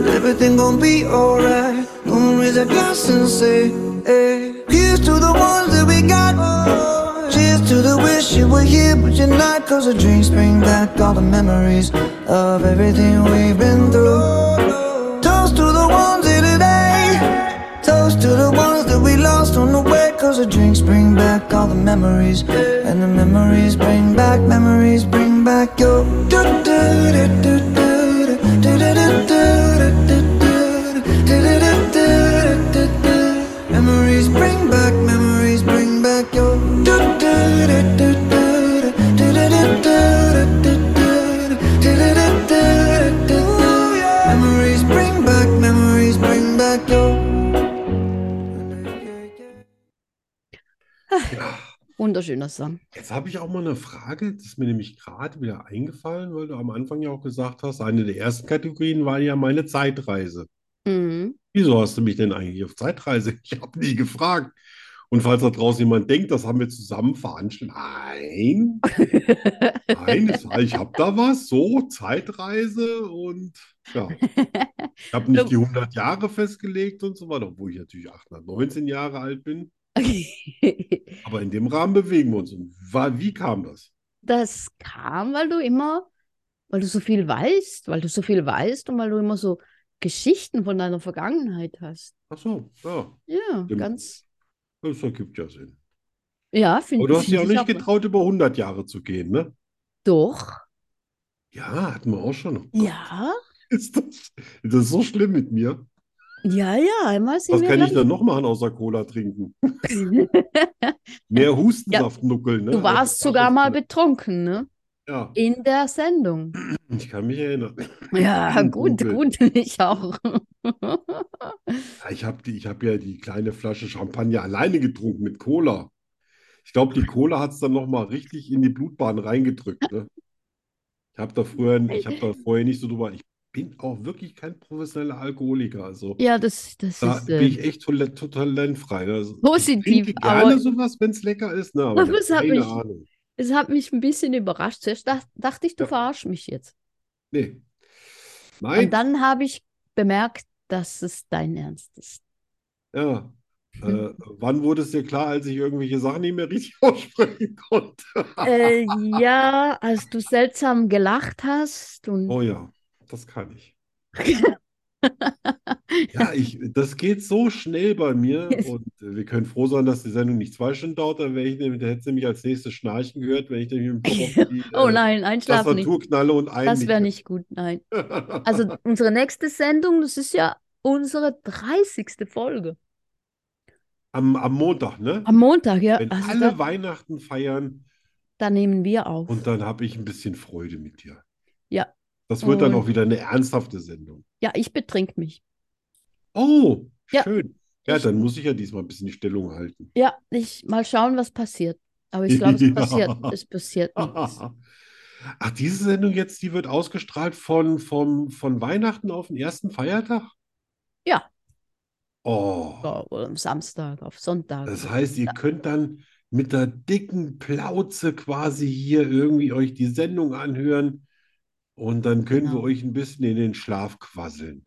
S4: But everything gon' be alright Gonna raise a glass and say hey. Here's to the ones that we got Cheers to the wish you were here, but you're not. Cause the dreams bring back all the memories of everything we've been through. Toast to the ones here today. eh? Toast to the ones that we lost on the way. Cause the drinks bring back all the memories. And the memories bring back, memories bring back your. Do do do do do do do do do do do do do do do Memories bring back, memories bring back your. Do do do do do do do do do do do do do Memories bring back, memories bring back your.
S1: Ja.
S2: Wunderschöner Song.
S1: Jetzt habe ich auch mal eine Frage, das ist mir nämlich gerade wieder eingefallen, weil du am Anfang ja auch gesagt hast, eine der ersten Kategorien war ja meine Zeitreise.
S2: Mhm.
S1: Wieso hast du mich denn eigentlich auf Zeitreise? Ich habe nie gefragt. Und falls da draußen jemand denkt, das haben wir zusammen veranstaltet. Nein, nein, das war, ich habe da was. So, Zeitreise und ja, ich habe nicht die 100 Jahre festgelegt und so weiter, obwohl ich natürlich 819 Jahre alt bin. Aber in dem Rahmen bewegen wir uns. Und wa- wie kam das?
S2: Das kam, weil du immer, weil du so viel weißt, weil du so viel weißt und weil du immer so Geschichten von deiner Vergangenheit hast.
S1: Ach so, ja,
S2: Ja,
S1: Stimmt.
S2: ganz.
S1: das ergibt ja Sinn.
S2: Ja, finde
S1: Aber du hast dich auch
S2: ich
S1: nicht getraut, über 100 Jahre zu gehen, ne?
S2: Doch.
S1: Ja, hatten wir auch schon.
S2: Ja,
S1: Ist das, ist das so schlimm mit mir?
S2: ja, ja. Einmal sind
S1: Was
S2: wir
S1: kann ich
S2: dann.
S1: dann noch machen außer Cola trinken? Mehr Hustensaft nuckeln, ne?
S2: Du warst sogar mal betrunken, ne?
S1: Ja,
S2: In der Sendung.
S1: ich kann mich erinnern.
S2: Ja, gut,
S1: Dunkel.
S2: gut, ich auch.
S1: Ich habe ich hab ja die kleine Flasche Champagner alleine getrunken mit Cola. Ich glaube, die Cola hat es dann nochmal richtig in die Blutbahn reingedrückt. Ne? Ich habe da früher, ich hab da vorher nicht so drüber. Ich bin auch wirklich kein professioneller Alkoholiker. Also
S2: Ja, das, das
S1: da
S2: ist.
S1: bin
S2: Äh,
S1: ich echt tole- total talentfrei. ne? Also, ich
S2: Positiv,
S1: trinke gerne
S2: aber-
S1: sowas, wenn es lecker ist, ne? Aber ich
S2: Aber
S1: hab
S2: es hat
S1: keine
S2: mich-
S1: Ahnung.
S2: es hat mich ein bisschen überrascht. Zuerst dach, dachte ich, du
S1: Ja.
S2: verarsch mich jetzt.
S1: Nee. Nein.
S2: Und dann habe ich bemerkt, dass es dein Ernst ist.
S1: Ja. Äh, wann wurde es dir klar, als ich irgendwelche Sachen nicht mehr richtig aussprechen konnte?
S2: Äh, ja, als du seltsam gelacht hast und
S1: Oh ja, das kann ich. Ja, ich, das geht so schnell bei mir und äh, wir können froh sein, dass die Sendung nicht zwei Stunden dauert, dann wäre ich nämlich, dann hätte sie mich als nächstes schnarchen gehört, wenn ich nämlich mit dem Kopf auf die
S2: Oh
S1: äh,
S2: nein, einschlafen nicht.
S1: Tastatur knalle und einen
S2: Das
S1: nicht
S2: wäre
S1: mehr-
S2: nicht gut, nein. Also unsere nächste Sendung, das ist ja unsere 30. Folge.
S1: Am, am Montag, ne?
S2: Am Montag, ja.
S1: Wenn
S2: Also
S1: alle
S2: da,
S1: Weihnachten feiern
S2: da nehmen wir auf.
S1: und dann habe ich ein bisschen Freude mit dir.
S2: Ja.
S1: Das wird dann
S2: Und-
S1: auch wieder eine ernsthafte Sendung.
S2: Ja, ich betrink mich.
S1: Oh,
S2: Ja.
S1: schön. Ja,
S2: Ich-
S1: dann muss ich ja diesmal ein bisschen die Stellung halten.
S2: Ja, ich mal schauen, was passiert. Aber ich glaube, es
S1: Ja.
S2: passiert, es passiert nichts.
S1: Ach, diese Sendung jetzt, die wird ausgestrahlt von, vom, von Weihnachten auf den ersten Feiertag?
S2: Ja.
S1: Oh,
S2: Ja, Oder am Samstag, auf Sonntag.
S1: das heißt, ihr könnt dann mit der dicken Plauze quasi hier irgendwie euch die Sendung anhören und dann können wir
S2: Genau.
S1: euch ein bisschen in den Schlaf quasseln.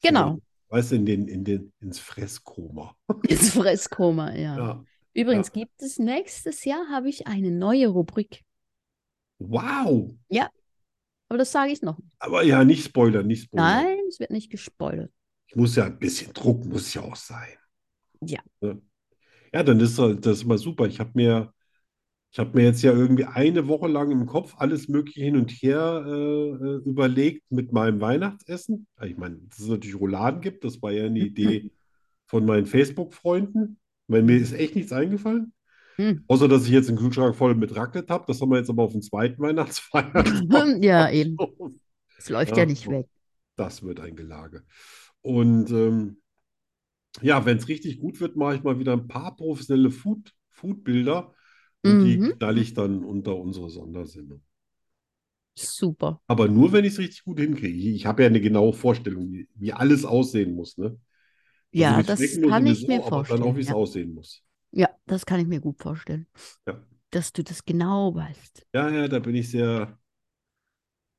S1: So,
S2: Genau.
S1: Ne? weißt du, in den, in den, ins Fresskoma.
S2: Ins Fresskoma, ja.
S1: Ja.
S2: Übrigens gibt es nächstes Jahr habe ich eine neue Rubrik.
S1: Wow!
S2: Aber das sage ich noch. nicht.
S1: Aber ja, nicht spoilern, nicht spoilern.
S2: Nein, es wird nicht gespoilert.
S1: Ich muss ja ein bisschen Druck, muss ja auch sein.
S2: Ja.
S1: Ne? Ja, dann ist halt, das, das ist mal super. Ich habe mir, ich habe mir jetzt ja irgendwie eine Woche lang im Kopf alles Mögliche hin und her äh, äh, überlegt mit meinem Weihnachtsessen. Ja, Ich meine, dass es natürlich Rouladen gibt, das war ja
S2: Mhm.
S1: eine Idee von meinen Facebook-Freunden. Weil mir ist echt nichts eingefallen.
S2: Hm.
S1: Außer, dass ich jetzt einen Kühlschrank voll mit Raclette habe. Das haben wir jetzt aber auf den zweiten Weihnachtsfeiertag.
S2: ja, eben. Es läuft Oh ja,
S1: Ja.
S2: nicht weg.
S1: Das wird ein Gelage. Und ähm, ja, wenn es richtig gut wird, mache ich mal wieder ein paar professionelle Food, Food-Bilder und die
S2: Mhm.
S1: knall ich dann unter unsere Sondersendung.
S2: Super.
S1: Aber nur, wenn ich es richtig gut hinkriege. Ich habe ja eine genaue Vorstellung, wie, wie alles aussehen muss. Ne? Also wie
S2: Ja,
S1: es
S2: das
S1: schmecken muss
S2: kann ich
S1: sowieso,
S2: mir
S1: aber dann auch, wie
S2: vorstellen.
S1: es
S2: Ja.
S1: aussehen muss.
S2: ja, das kann ich mir gut vorstellen.
S1: Ja.
S2: Dass du das genau weißt.
S1: Ja, ja, da bin ich sehr,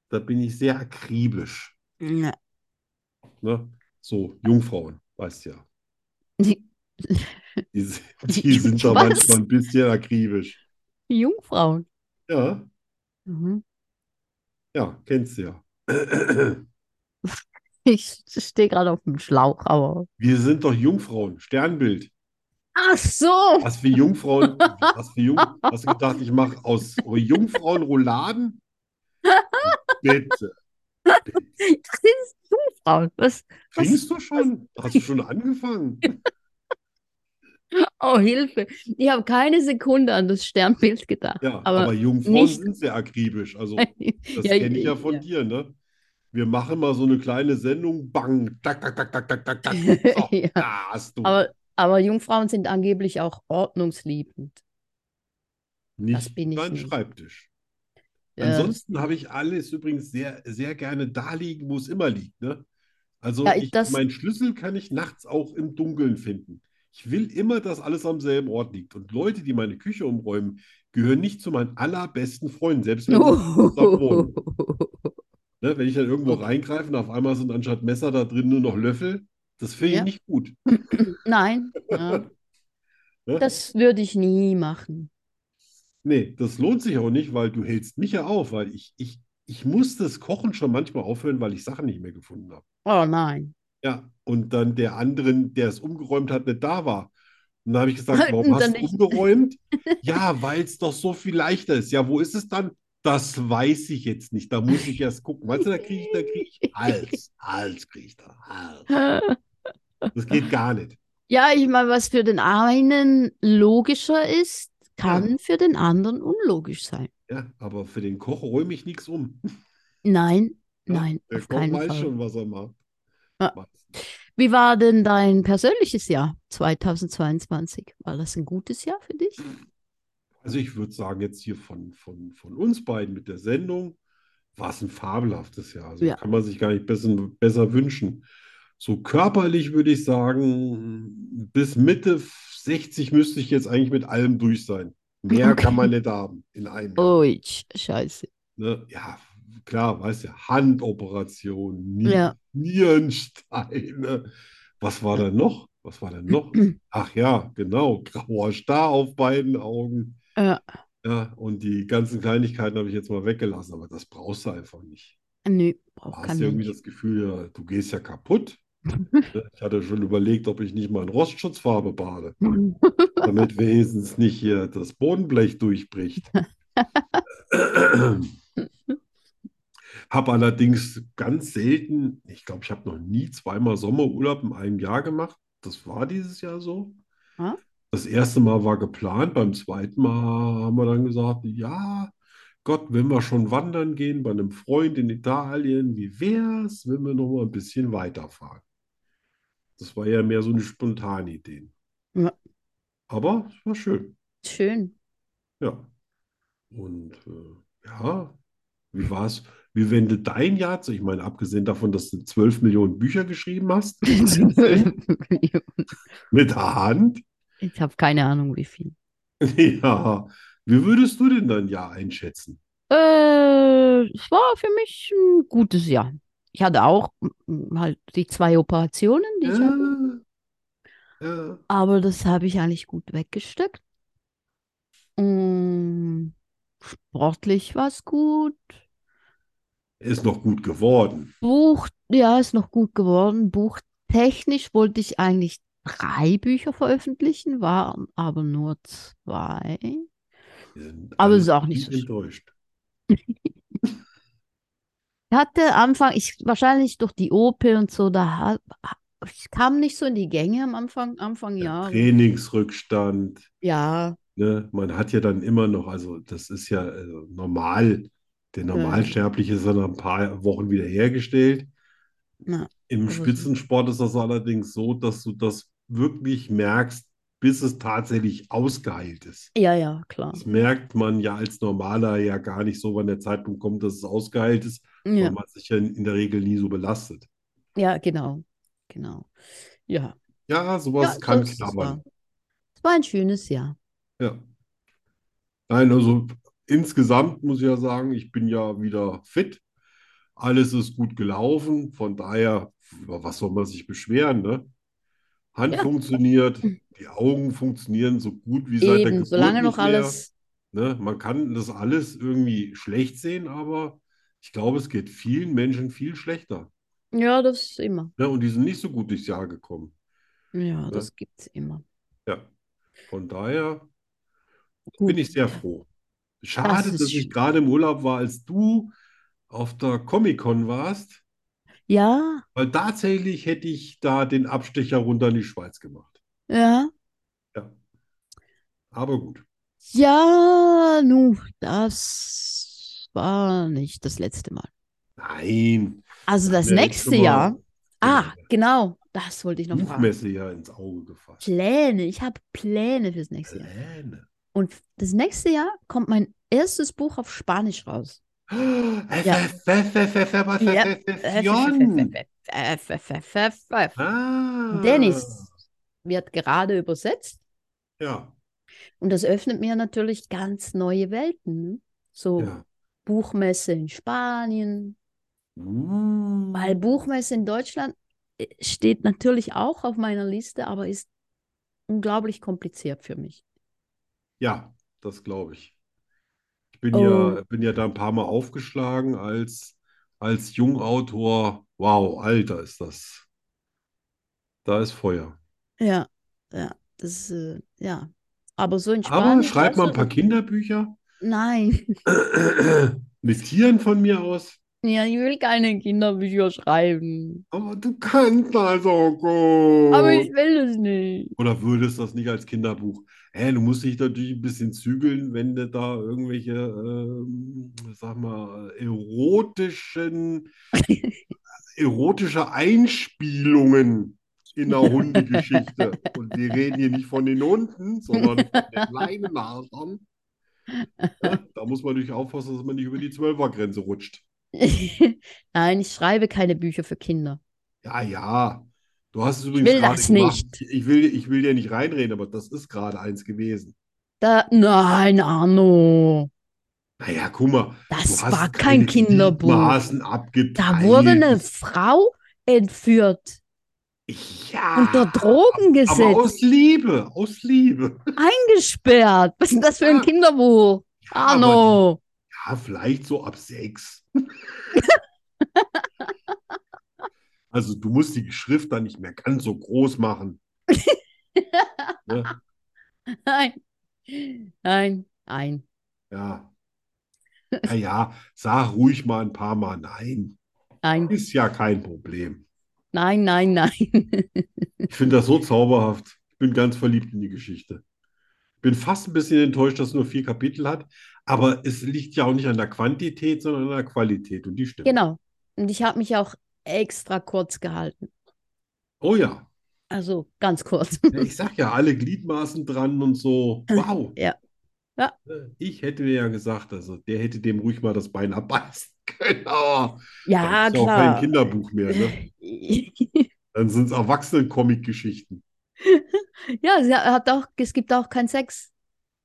S1: da bin ich sehr akribisch.
S2: Ja.
S1: Ne? So, Jungfrauen, weißt ja.
S2: Die
S1: Die, sind- die sind da
S2: Was?
S1: manchmal ein bisschen akribisch.
S2: die Jungfrauen.
S1: Ja.
S2: Mhm.
S1: Ja, kennst du ja.
S2: Ich stehe gerade auf dem Schlauch, aber.
S1: Wir sind doch Jungfrauen, Sternbild.
S2: Ach so!
S1: Was für Jungfrauen, was für Jung, hast du gedacht, ich mache aus Jungfrauen Rouladen? Bitte.
S2: Das sind Jungfrauen. Was? Was-
S1: Trinkst du schon? Hast du schon angefangen?
S2: Oh, Hilfe. Ich habe keine Sekunde an das Sternbild gedacht.
S1: Ja,
S2: Aber
S1: aber Jungfrauen
S2: nicht-
S1: sind sehr akribisch. Also, das
S2: Ja,
S1: kenne ich ja von
S2: ja.
S1: dir, ne? Wir machen mal so eine kleine Sendung, bang, tak, tak, tak, tak, tak, tak, tak. So,
S2: Ja.
S1: da hast du.
S2: Aber, aber Jungfrauen sind angeblich auch ordnungsliebend. das
S1: Nicht
S2: bin ich
S1: dein
S2: nicht.
S1: Schreibtisch.
S2: Ja.
S1: Ansonsten habe ich alles übrigens sehr, sehr gerne da liegen, wo es immer liegt. Ne? Also
S2: Ja, ich-
S1: ich,
S2: das-
S1: meinen Schlüssel kann ich nachts auch im Dunkeln finden. Ich will immer, dass alles am selben Ort liegt. Und Leute, die meine Küche umräumen, gehören nicht zu meinen allerbesten Freunden, selbst wenn, sie- wohnen. ne, wenn ich dann irgendwo reingreife und auf einmal sind anstatt Messer da drin nur noch Löffel. Das finde ich
S2: Ja.
S1: nicht gut.
S2: Nein, ja.
S1: Ne?
S2: das würde ich nie machen.
S1: Nee, das lohnt sich auch nicht, weil du hältst mich ja auf, weil ich, ich, ich muss das Kochen schon manchmal aufhören, weil ich Sachen nicht mehr gefunden habe.
S2: Oh nein.
S1: Ja, und dann der anderen, der es umgeräumt hat, nicht da war. Und dann habe ich gesagt, warum
S2: Und
S1: hast
S2: dann
S1: du
S2: nicht.
S1: umgeräumt? Ja, weil es doch so viel leichter ist. Ja, wo ist es dann? Das weiß ich jetzt nicht. Da muss ich erst gucken. Weißt du, da kriege ich, da kriege ich Hals. Hals kriege ich da. Hals. Das geht gar nicht.
S2: Ja, ich meine, was für den einen logischer ist, kann für den anderen unlogisch sein.
S1: Ja, aber für den Koch räume ich nichts um.
S2: Nein,
S1: Ja,
S2: nein,
S1: Der
S2: auf
S1: Koch
S2: keinen
S1: weiß
S2: Fall. Ah.
S1: schon, was er macht.
S2: Ja.
S1: Meistens.
S2: Wie war denn dein persönliches Jahr 2022? War das ein gutes Jahr für dich?
S1: Also ich würde sagen, jetzt hier von, von, von uns beiden mit der Sendung war es ein fabelhaftes Jahr. Also
S2: Ja.
S1: kann man sich gar nicht besser, besser wünschen. So körperlich würde ich sagen, bis Mitte 60 müsste ich jetzt eigentlich mit allem durch sein. Mehr
S2: Okay. Oh.
S1: kann man nicht haben in einem Jahr.
S2: Ui, scheiße.
S1: Ne? Ja, klar, weißt du, Handoperation, Ni-
S2: Ja.
S1: Nierensteine. Was war da noch? Was war da noch? Ach ja, genau, grauer Star auf beiden Augen.
S2: Ja.
S1: Ja, und die ganzen Kleinigkeiten habe ich jetzt mal weggelassen, aber das brauchst du einfach nicht.
S2: Nö,
S1: Du
S2: braucht
S1: hast
S2: kein
S1: ja irgendwie
S2: Mensch.
S1: das Gefühl, ja, du gehst ja kaputt. Ne, Ich hatte schon überlegt, ob ich nicht mal in Rostschutzfarbe bade, damit wenigstens nicht hier das Bodenblech durchbricht. Habe allerdings ganz selten, ich glaube, ich habe noch nie zweimal Sommerurlaub in einem Jahr gemacht. Das war dieses Jahr so.
S2: Ja.
S1: Das erste Mal war geplant, beim zweiten Mal haben wir dann gesagt, ja, Gott, wenn wir schon wandern gehen bei einem Freund in Italien, wie wär's, wenn wir noch mal ein bisschen weiterfahren? Das war ja mehr so eine spontane Idee.
S2: Ja.
S1: Aber es war schön,
S2: Schön.
S1: ja. Und äh, ja, wie war's? Wie wendet dein Jahr zu? Ich meine, abgesehen davon, dass du 12 Millionen Bücher geschrieben hast, mit der Hand.
S2: Ich habe keine Ahnung, wie viel.
S1: Ja, wie würdest du denn dein Jahr einschätzen?
S2: Äh, es war für mich ein gutes Jahr. ich hatte auch mm, halt die zwei Operationen, die
S1: Mhm.
S2: ich hatte,
S1: Ja, ja.
S2: aber das habe ich eigentlich gut weggesteckt. Mm, sportlich war es gut.
S1: Ist noch gut geworden.
S2: Buch, ja, ist noch gut geworden. Buchtechnisch wollte ich eigentlich drei Bücher veröffentlichen, waren aber nur zwei.
S1: Wir sind
S2: Aber
S1: alle
S2: ist auch nicht so schlimm.
S1: enttäuscht.
S2: Ich hatte Anfang, ich wahrscheinlich durch die OP und so, da ha- ha- ich kam nicht so in die Gänge am Anfang, Anfang
S1: Der
S2: ja.
S1: Trainingsrückstand.
S2: Ja,
S1: Ne? Man hat ja dann immer noch, also das ist ja äh, normal. Der Normalsterbliche ist dann nach ein paar Wochen wiederhergestellt.
S2: Ja,
S1: Im
S2: also-
S1: Spitzensport ist das allerdings so, dass du das wirklich merkst, bis es tatsächlich ausgeheilt ist.
S2: ja, ja, klar.
S1: Das merkt man ja als Normaler ja gar nicht so, wann der Zeitpunkt kommt, dass es ausgeheilt ist, weil
S2: Ja,
S1: man sich ja in in der Regel nie so belastet.
S2: ja, genau, genau. Ja,
S1: Ja,
S2: ja,
S1: sowas
S2: so
S1: kann
S2: ist es
S1: knabbern.
S2: war. Es war ein schönes Jahr.
S1: Ja. Nein, also insgesamt muss ich ja sagen, ich bin ja wieder fit. Alles ist gut gelaufen. Von daher, über was soll man sich beschweren, ne? Hand
S2: Ja.
S1: funktioniert, die Augen funktionieren so gut wie seit der
S2: Eben,
S1: Geburt
S2: solange
S1: nicht
S2: noch
S1: mehr.
S2: alles,
S1: Ne? Man kann das alles irgendwie schlecht sehen, aber ich glaube, es geht vielen Menschen viel schlechter.
S2: ja, das ist immer.
S1: Ne? Und die sind nicht so gut durchs Jahr gekommen.
S2: Ja, das gibt's immer.
S1: Ja. Von daher.
S2: Gut.
S1: Bin ich sehr froh. Schade,
S2: ist
S1: dass ich
S2: schön.
S1: gerade im Urlaub war, als du auf der Comic-Con warst,
S2: Ja,
S1: weil tatsächlich hätte ich da den Abstecher runter in die Schweiz gemacht.
S2: ja,
S1: Aber gut.
S2: ja, nu, das war nicht das letzte Mal.
S1: Nein.
S2: Also das
S1: Ja, jetzt
S2: nächste
S1: schon mal
S2: Jahr. Ah,
S1: Ja.
S2: genau, das wollte ich noch fragen.
S1: Buchmesse ja ins Auge gefasst.
S2: Pläne, ich habe Pläne fürs nächste Jahr.
S1: Pläne.
S2: Und das nächste Jahr kommt mein erstes Buch auf Spanisch raus.
S1: Verfassation. Ah.
S2: Dennis wird gerade übersetzt
S1: Ja,
S2: und das öffnet mir natürlich ganz neue Welten. ne? So
S1: ja.
S2: Buchmesse in Spanien,
S1: Uh.
S2: Weil Buchmesse in Deutschland äh, steht natürlich auch auf meiner Liste, aber ist unglaublich kompliziert für mich.
S1: Ja, das glaube ich. Ich bin
S2: Oh.
S1: ja, bin ja da ein paar Mal aufgeschlagen als, als Jungautor. Wow, Alter, ist das. Da ist Feuer.
S2: Ja, ja, das, äh, ja. Aber so in Spanien.
S1: Aber schreib mal ein
S2: weißt
S1: paar Kinderbücher
S2: du, nein,
S1: mit Tieren von mir aus.
S2: ja, ich will keine Kinderbücher schreiben.
S1: Aber du kannst das oh auch gut.
S2: Aber ich will das nicht.
S1: Oder würdest das nicht als Kinderbuch? Hä, du musst dich natürlich ein bisschen zügeln, wenn du da irgendwelche, ähm, sag mal, erotischen, erotische Einspielungen in der Hundegeschichte. Und wir reden hier nicht von den Hunden, sondern von den kleinen Nasern. Ja, da muss man natürlich aufpassen, dass man nicht über die Zwölfergrenze rutscht.
S2: Nein, ich schreibe keine Bücher für Kinder.
S1: Ja, ja. Du hast es übrigens
S2: will
S1: gerade
S2: das
S1: gemacht.
S2: nicht.
S1: Ich will, ich will dir nicht reinreden, aber das ist gerade eins gewesen.
S2: Da, nein, Arno,
S1: Naja, guck mal.
S2: das
S1: Du hast
S2: war kein
S1: keine
S2: Kinderbuch.
S1: Gliedmaßen
S2: Da wurde eine
S1: abgeteilt.
S2: Frau entführt,
S1: Ja,
S2: unter
S1: aber
S2: Drogengesetz,
S1: aus Liebe, aus Liebe.
S2: eingesperrt. Was ist denn das für ein
S1: Ja.
S2: Kinderbuch?
S1: Aber,
S2: Arno,
S1: ja, vielleicht so ab sechs. Also du musst die Schrift dann nicht mehr ganz so groß machen. ne?
S2: nein, nein, nein.
S1: Ja. Naja, sag ruhig mal ein paar Mal nein.
S2: Nein,
S1: Ist ja kein Problem.
S2: nein, nein, nein.
S1: Ich finde das so zauberhaft. Ich bin ganz verliebt in die Geschichte. Bin fast ein bisschen enttäuscht, dass es nur vier Kapitel hat, aber es liegt ja auch nicht an der Quantität, sondern an der Qualität und die stimmt.
S2: Genau. Und ich habe mich auch extra kurz gehalten.
S1: Oh ja,
S2: Also ganz kurz.
S1: Ja, ich sag ja, alle Gliedmaßen dran und so. Wow.
S2: Ja. Ja.
S1: Ich hätte mir ja gesagt, also der hätte dem ruhig mal das Bein abbeißen können, aber
S2: Ja,
S1: dann ist ja auch kein
S2: klar.
S1: Kinderbuch mehr, ne? Dann sind es Erwachsenen-Comic-Geschichten.
S2: Ja, sie hat auch, es gibt auch keinen Sex.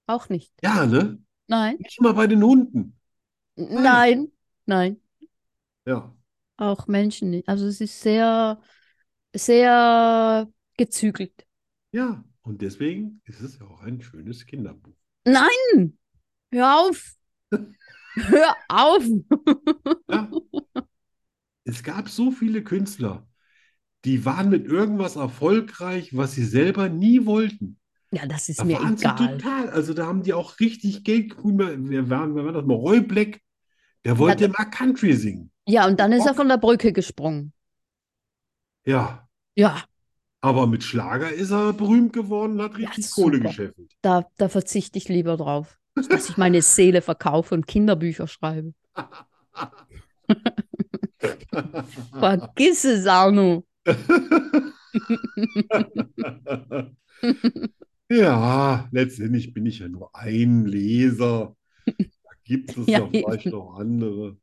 S2: Auch nicht.
S1: Ja, ne?
S2: Nein,
S1: Nicht mal bei den Hunden.
S2: nein, nein.
S1: Ja.
S2: auch Menschen nicht. Also es ist sehr, sehr gezügelt.
S1: Ja, und deswegen ist es ja auch ein schönes Kinderbuch.
S2: Nein! Hör auf! Hör auf!
S1: Ja. es gab so viele Künstler, die waren mit irgendwas erfolgreich, was sie selber nie wollten.
S2: Ja, das ist
S1: Da
S2: mir
S1: waren sie
S2: egal.
S1: total, also da haben die auch richtig Geld gegründet. Wir waren, wir waren das mal Roy Black, der wollte
S2: Ja,
S1: mal Country singen.
S2: Ja, und dann ist er
S1: Bock.
S2: von der Brücke gesprungen.
S1: Ja,
S2: Ja,
S1: aber mit Schlager ist er berühmt geworden, und hat
S2: Ja,
S1: richtig
S2: super.
S1: Kohle gescheffelt.
S2: da, da verzichte ich lieber drauf, dass ich meine Seele verkaufe und Kinderbücher schreibe. Vergiss es, Arno.
S1: Ja, letztendlich bin ich ja nur ein Leser. Da gibt es
S2: Ja,
S1: ja vielleicht noch andere.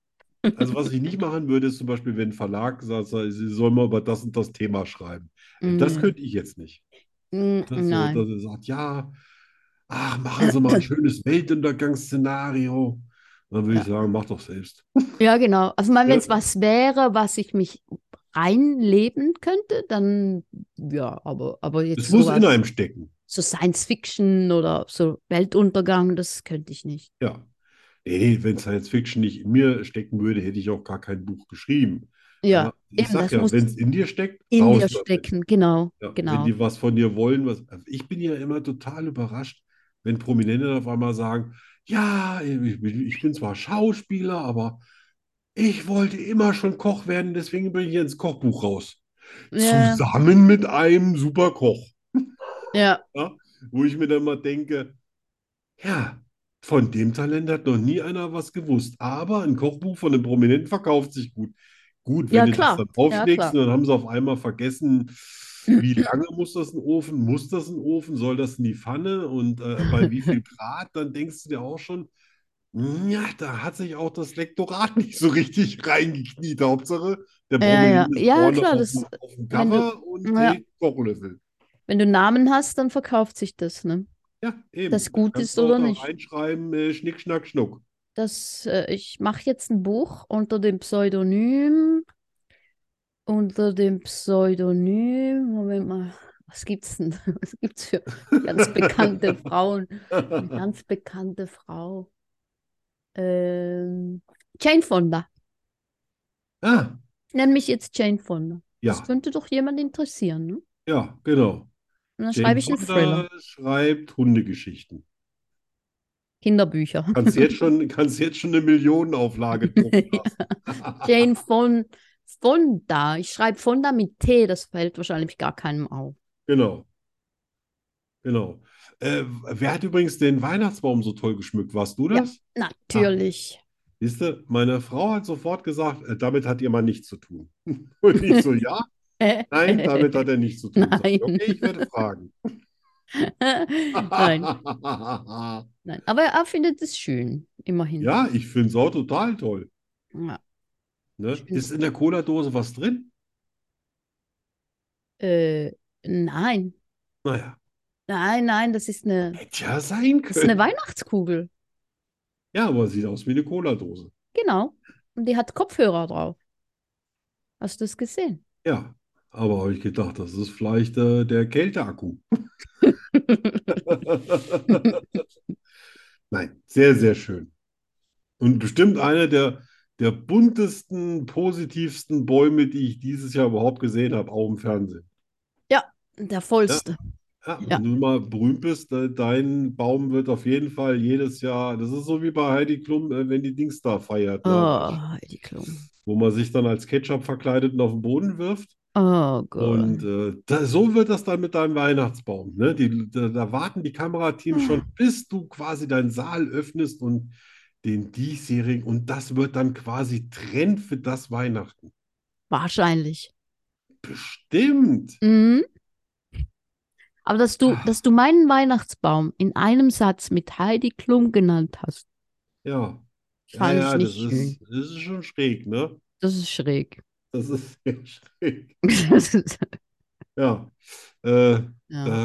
S1: Also, was ich nicht machen würde, ist zum Beispiel, wenn ein Verlag sagt, sie soll mal über das und das Thema schreiben. Also, Das
S2: Mm,
S1: könnte ich jetzt nicht.
S2: mm,
S1: Dass er,
S2: Nein.
S1: dass er sagt, ja, ach, machen Sie mal ein schönes Weltuntergangsszenario. Dann würde ich sagen, mach doch selbst.
S2: Ja, genau. Also, wenn
S1: Ja.
S2: es was wäre, was ich mich reinleben könnte, dann ja, aber, aber
S1: Es
S2: jetzt
S1: muss
S2: sowas,
S1: in einem stecken.
S2: so Science Fiction oder so Weltuntergang, das könnte ich nicht.
S1: Ja. Nee, wenn Science Fiction nicht in mir stecken würde, hätte ich auch gar kein Buch geschrieben.
S2: Ja,
S1: ich
S2: eben,
S1: sag
S2: das
S1: ja,
S2: muss
S1: wenn es in dir steckt,
S2: in
S1: raus
S2: dir
S1: damit.
S2: stecken, genau,
S1: Ja, wenn
S2: genau.
S1: die was von dir wollen, was, also ich bin ja immer total überrascht, wenn Prominente auf einmal sagen, ja, ich, bin- ich bin zwar Schauspieler, aber ich wollte immer schon Koch werden, deswegen bin ich hier ins Kochbuch raus.
S2: Ja,
S1: Zusammen mit einem Superkoch,
S2: ja,
S1: wo ich mir dann mal denke, ja, von dem Talent hat noch nie einer was gewusst, aber ein Kochbuch von einem Prominenten verkauft sich gut. Gut, wenn
S2: Ja,
S1: du das
S2: klar.
S1: dann
S2: Ja, klar.
S1: aufschlägst, dann haben sie auf einmal vergessen, wie lange muss das ein Ofen, muss das ein Ofen, soll das in die Pfanne und äh, bei wie viel Grad, dann denkst du dir auch schon, ja, da hat sich auch das Lektorat nicht so richtig reingekniet. Hauptsache, der
S2: Ja, ja.
S1: Prominente ist
S2: Ja,
S1: vorne
S2: klar,
S1: auf,
S2: das-
S1: dem- auf dem
S2: wenn du-
S1: Cover und
S2: ja.
S1: den Kochlöffel.
S2: Wenn du Namen hast, dann verkauft sich das, ne?
S1: Ja, eben.
S2: Das gut
S1: Kannst
S2: ist
S1: du auch
S2: oder
S1: da
S2: nicht.
S1: reinschreiben, äh, Schnick, Schnack, Schnuck.
S2: Das, äh, ich mache jetzt ein Buch unter dem Pseudonym, unter dem Pseudonym, Moment mal, was gibt's denn? Was gibt's für ganz bekannte Frauen? Eine ganz bekannte Frau. Ähm, Jane Fonda.
S1: Ah,
S2: Nenn mich jetzt Jane Fonda. Das
S1: ja,
S2: könnte doch jemand interessieren, ne?
S1: ja, genau.
S2: Und dann schreibe
S1: Jane
S2: ich einen Thriller.
S1: Fonda schreibt Hundegeschichten.
S2: Kinderbücher.
S1: Kannst jetzt schon, kannst jetzt schon eine Millionenauflage drucken lassen.
S2: Jane von Fonda. Ich schreibe Fonda mit T, das fällt wahrscheinlich gar keinem auf.
S1: Genau, genau. Äh, wer hat übrigens den Weihnachtsbaum so toll geschmückt? Warst du
S2: Ja.
S1: das?
S2: Natürlich.
S1: Siehst du, meine Frau hat sofort gesagt, äh, damit hat ihr mal nichts zu tun. Und ich so, ja, Ah. nein, damit hat er nichts zu tun. Sag ich,
S2: Nein.
S1: okay, ich werde fragen.
S2: Nein, nein. Aber er findet es schön, immerhin.
S1: Ja, ich finde es auch total toll.
S2: Ja.
S1: Ne? Ist in der Cola-Dose was drin?
S2: Äh, nein,
S1: Naja,
S2: nein, nein, das ist eine,
S1: hätte ja sein
S2: das ist eine
S1: können.
S2: Weihnachtskugel.
S1: Ja, aber sieht aus wie eine Cola-Dose.
S2: Genau. Und die hat Kopfhörer drauf. Hast du es gesehen?
S1: Ja, aber habe ich gedacht, das ist vielleicht äh, der Kälteakku. Nein, sehr, sehr schön. Und bestimmt einer der, der buntesten, positivsten Bäume, die ich dieses Jahr überhaupt gesehen habe, auch im Fernsehen.
S2: Der vollste.
S1: Ja,
S2: Ja.
S1: wenn du mal berühmt bist, äh, dein Baum wird auf jeden Fall jedes Jahr, das ist so wie bei Heidi Klum, äh, wenn die Dings da feiert, ne?
S2: Oh, Heidi Klum.
S1: Wo man sich dann als Ketchup verkleidet und auf den Boden wirft.
S2: Oh Gott.
S1: Und äh, da, so wird das dann mit deinem Weihnachtsbaum. Ne? Die, da, da warten die Kamerateams schon,
S2: Ah.
S1: bis du quasi deinen Saal öffnest und den diesjährigen. Und das wird dann quasi Trend für das Weihnachten.
S2: Wahrscheinlich.
S1: Bestimmt.
S2: Mhm. Aber dass du,
S1: Ah.
S2: dass du meinen Weihnachtsbaum in einem Satz mit Heidi Klum genannt hast,
S1: Ja. Ja,
S2: fand
S1: ja,
S2: ich
S1: das
S2: nicht schön.
S1: ist, das ist schon schräg, ne?
S2: Das ist schräg.
S1: Das ist sehr schräg.
S2: Das ist,
S1: Ja. Äh,
S2: ja.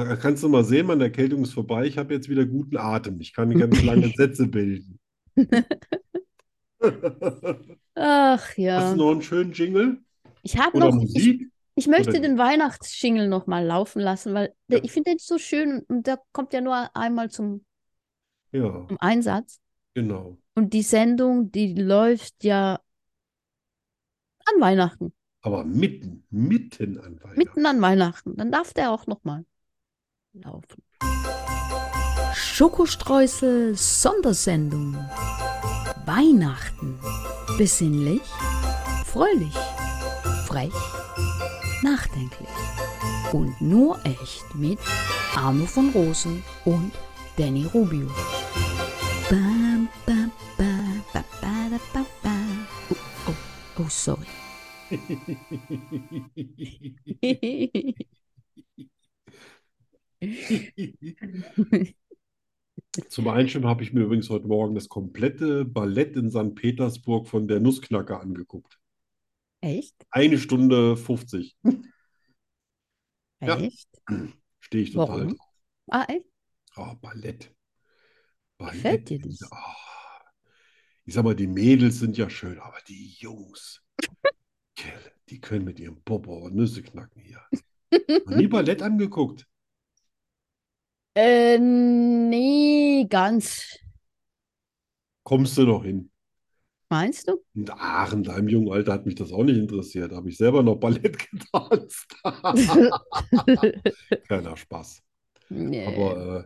S1: da kannst du mal sehen, meine Erkältung ist vorbei. Ich habe jetzt wieder guten Atem. Ich kann ganz lange Sätze bilden.
S2: Ah, Ach
S1: Hast
S2: ja.
S1: du noch einen schönen Jingle
S2: Ich habe
S1: oder
S2: noch, ich,
S1: Musik?
S2: ich möchte
S1: Oder-
S2: den Weihnachtsjingle noch mal laufen lassen, weil der,
S1: Ja.
S2: ich finde den so schön und der kommt ja nur einmal zum, um
S1: Ja,
S2: zum Einsatz.
S1: genau.
S2: Und die Sendung, die läuft ja an Weihnachten,
S1: Aber mitten, mitten an Weihnachten.
S2: mitten an Weihnachten. Dann darf der auch noch mal laufen.
S3: Schokostreusel Sondersendung. Weihnachten. Besinnlich, fröhlich, frech, nachdenklich. Und nur echt mit Arno von Rosen und Danny Rubio. Bam, bam, bam, ba, ba, da, ba, ba. Oh, oh, oh, sorry.
S1: Zum Einstimmen habe ich mir übrigens heute Morgen das komplette Ballett in St. Petersburg von der Nussknacker angeguckt.
S2: Echt?
S1: Eine Stunde 50. Ja.
S2: Echt?
S1: Stehe ich total
S2: Warum?
S1: drauf.
S2: Ah, echt?
S1: Oh, Ballett.
S2: Gefällt dir
S1: Ballett,
S2: das?
S1: ah. ich sag mal, die Mädels sind ja schön, aber die Jungs, Kerle, die können mit ihrem Popo Nüsse knacken hier. Noch nie Ballett angeguckt.
S2: Äh, nee, ganz.
S1: Kommst du noch hin?
S2: Meinst du?
S1: In Aachen, in deinem jungen Alter, hat mich das auch nicht interessiert. Da habe ich selber noch Ballett getanzt. Kleiner Spaß.
S2: Nee.
S1: Aber äh,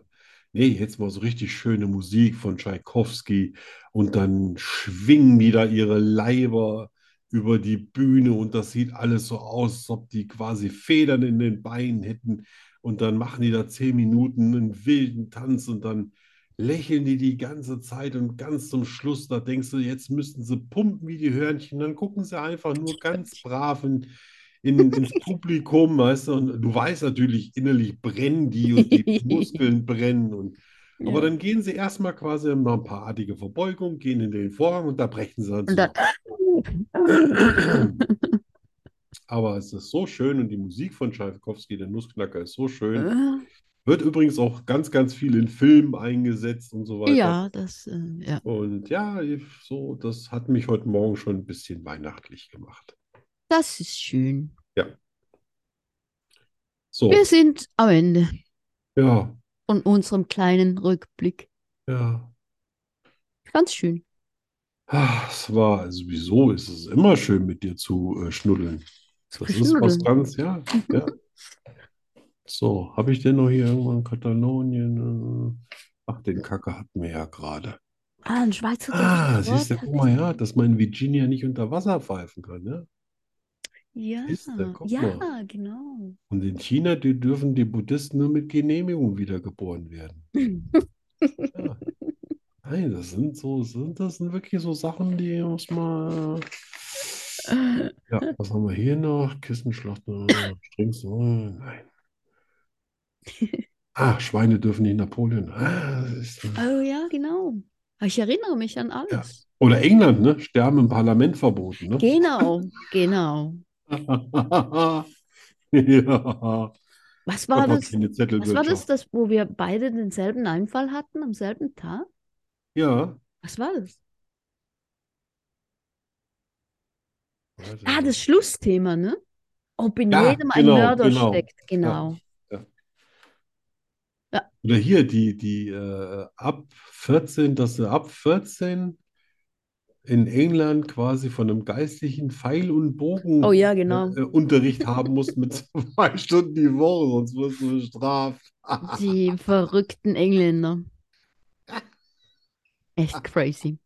S1: nee, jetzt mal so richtig schöne Musik von Tschaikowski und dann schwingen die da ihre Leiber über die Bühne und das sieht alles so aus, als ob die quasi Federn in den Beinen hätten und dann machen die da zehn Minuten einen wilden Tanz und dann lächeln die die ganze Zeit und ganz zum Schluss, da denkst du, jetzt müssten sie pumpen wie die Hörnchen, dann gucken sie einfach nur ganz brav in, in, ins Publikum, weißt du, und du weißt natürlich, innerlich brennen die und die Muskeln brennen und aber
S2: Ja.
S1: dann gehen sie erstmal quasi noch ein paar artige Verbeugungen, gehen in den Vorhang und da brechen sie dann
S2: Und dann.
S1: zusammen. Aber es ist so schön und die Musik von Tschaikowski, der Nussknacker, ist so schön.
S2: Äh,
S1: Wird übrigens auch ganz, ganz viel in Filmen eingesetzt und so weiter.
S2: Ja, das, äh, ja.
S1: Und ja, so, das hat mich heute Morgen schon ein bisschen weihnachtlich gemacht.
S2: Das ist schön.
S1: So,
S2: Wir sind am Ende
S1: ja,
S2: von unserem kleinen Rückblick.
S1: ja.
S2: Ganz schön.
S1: Ah, Es war, sowieso ist es immer schön, mit dir zu äh, schnuddeln. Das ist was
S2: Schnuddeln.
S1: ganz, ja, ja. So, habe ich denn noch hier irgendwann Katalonien? äh? Ach, den Kacke hatten wir ja gerade.
S2: Ah, ein Schweizer
S1: Ah,
S2: deutsches
S1: siehst du,
S2: Wort
S1: guck
S2: hat-
S1: mal, ja, dass man in Virginia nicht unter Wasser pfeifen kann, ne?
S2: Ja,
S1: siehst du, guck
S2: ja,
S1: mal.
S2: genau.
S1: Und in China, die dürfen die Buddhisten nur mit Genehmigung wiedergeboren werden. Ja. Nein, das sind so, sind das sind wirklich so Sachen, die muss man.
S2: Oh
S1: Ja, was haben wir hier noch? Kissenschlacht, äh, Strings, äh, nein. Ah, Schweine dürfen nicht Napoleon. Ah, das ist,
S2: Oh ja, genau. Ich erinnere mich an alles.
S1: oder England, ne? Sterben im Parlament verboten, ne?
S2: Genau, genau.
S1: Ja.
S2: Was
S1: Gott,
S2: war
S1: noch
S2: das?
S1: keine
S2: Was war das,
S1: Zettelwirtschaft.
S2: das, wo wir beide denselben Einfall hatten am selben Tag?
S1: Ja.
S2: Was war das?
S1: Weiß ich
S2: Ah,
S1: nicht.
S2: das Schlussthema, ne? Ob in
S1: Ja,
S2: jedem ein
S1: genau,
S2: Mörder
S1: genau.
S2: steckt, genau.
S1: Oder hier die, die äh, ab 14, dass du ab 14 in England quasi von einem geistlichen Pfeil und Bogen
S2: Oh ja, genau.
S1: äh, Unterricht haben musst mit zwei Stunden die Woche, sonst wirst du bestraft.
S2: Die verrückten Engländer. Echt crazy.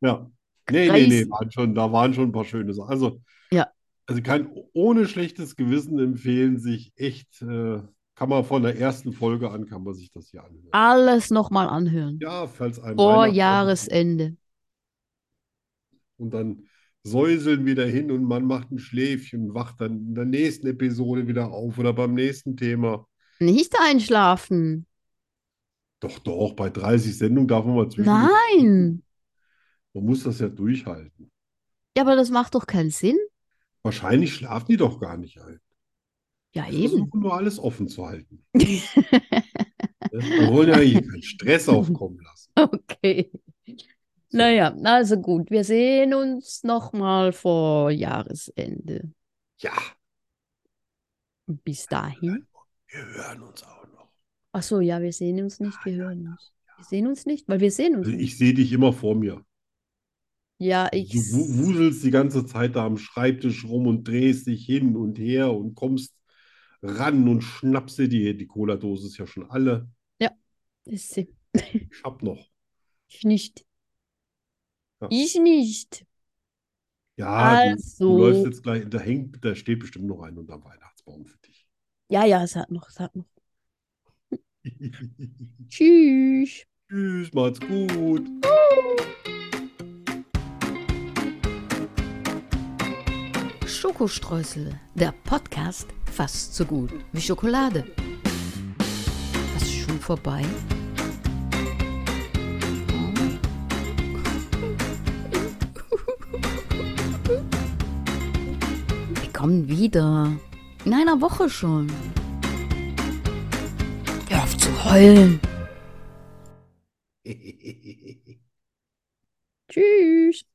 S1: Ja. Nee, nee, nee,
S2: Crazy.
S1: waren schon, da waren schon ein paar schöne Sachen. Also,
S2: Ja.
S1: also kann ohne schlechtes Gewissen empfehlen, sich echt, äh, kann man von der ersten Folge an, kann man sich das hier
S2: Ah.
S1: anhören.
S2: Alles nochmal anhören.
S1: Ja, falls einem
S2: Vor
S1: Weihnachten-
S2: Jahresende.
S1: Und dann säuseln wieder hin und man macht ein Schläfchen, wacht dann in der nächsten Episode wieder auf oder beim nächsten Thema.
S2: Nicht einschlafen.
S1: Doch, doch, bei 30 Sendungen darf man mal zwischendurch.
S2: Nein.
S1: Man muss das ja durchhalten.
S2: Ja, aber das macht doch keinen Sinn.
S1: Wahrscheinlich schlafen die doch gar nicht ein.
S2: Ja,
S1: Die
S2: eben.
S1: versuchen nur alles offen zu halten. Ne? Wir wollen ja hier keinen Stress aufkommen lassen.
S2: Okay. Naja, also gut, wir sehen uns nochmal vor Jahresende.
S1: Ja,
S2: Und Bis dahin.
S1: wir hören uns auch noch.
S2: Ach so, ja, wir sehen uns nicht, wir hören uns. Wir sehen uns nicht, weil wir sehen uns
S1: Also
S2: nicht.
S1: ich sehe dich immer vor mir.
S2: Ja, ich.
S1: Du wu- wuselst die ganze Zeit da am Schreibtisch rum und drehst dich hin und her und kommst ran und schnappst dir die, die Cola-Dose ist ja schon alle.
S2: Ist sie.
S1: Ich hab noch.
S2: Ich nicht.
S1: Ja.
S2: Ich nicht.
S1: Ja, du, du
S2: Also.
S1: läufst jetzt gleich, da hängt, da steht bestimmt noch ein unterm Weihnachtsbaum für dich.
S2: Ja, ja, es hat noch, es hat noch. Tschüss.
S1: Tschüss, macht's gut.
S3: Schokostreusel, der Podcast fast so gut wie Schokolade. Was ist schon vorbei? Wir kommen wieder. In einer Woche schon. Hör auf zu heulen.
S2: Tschüss.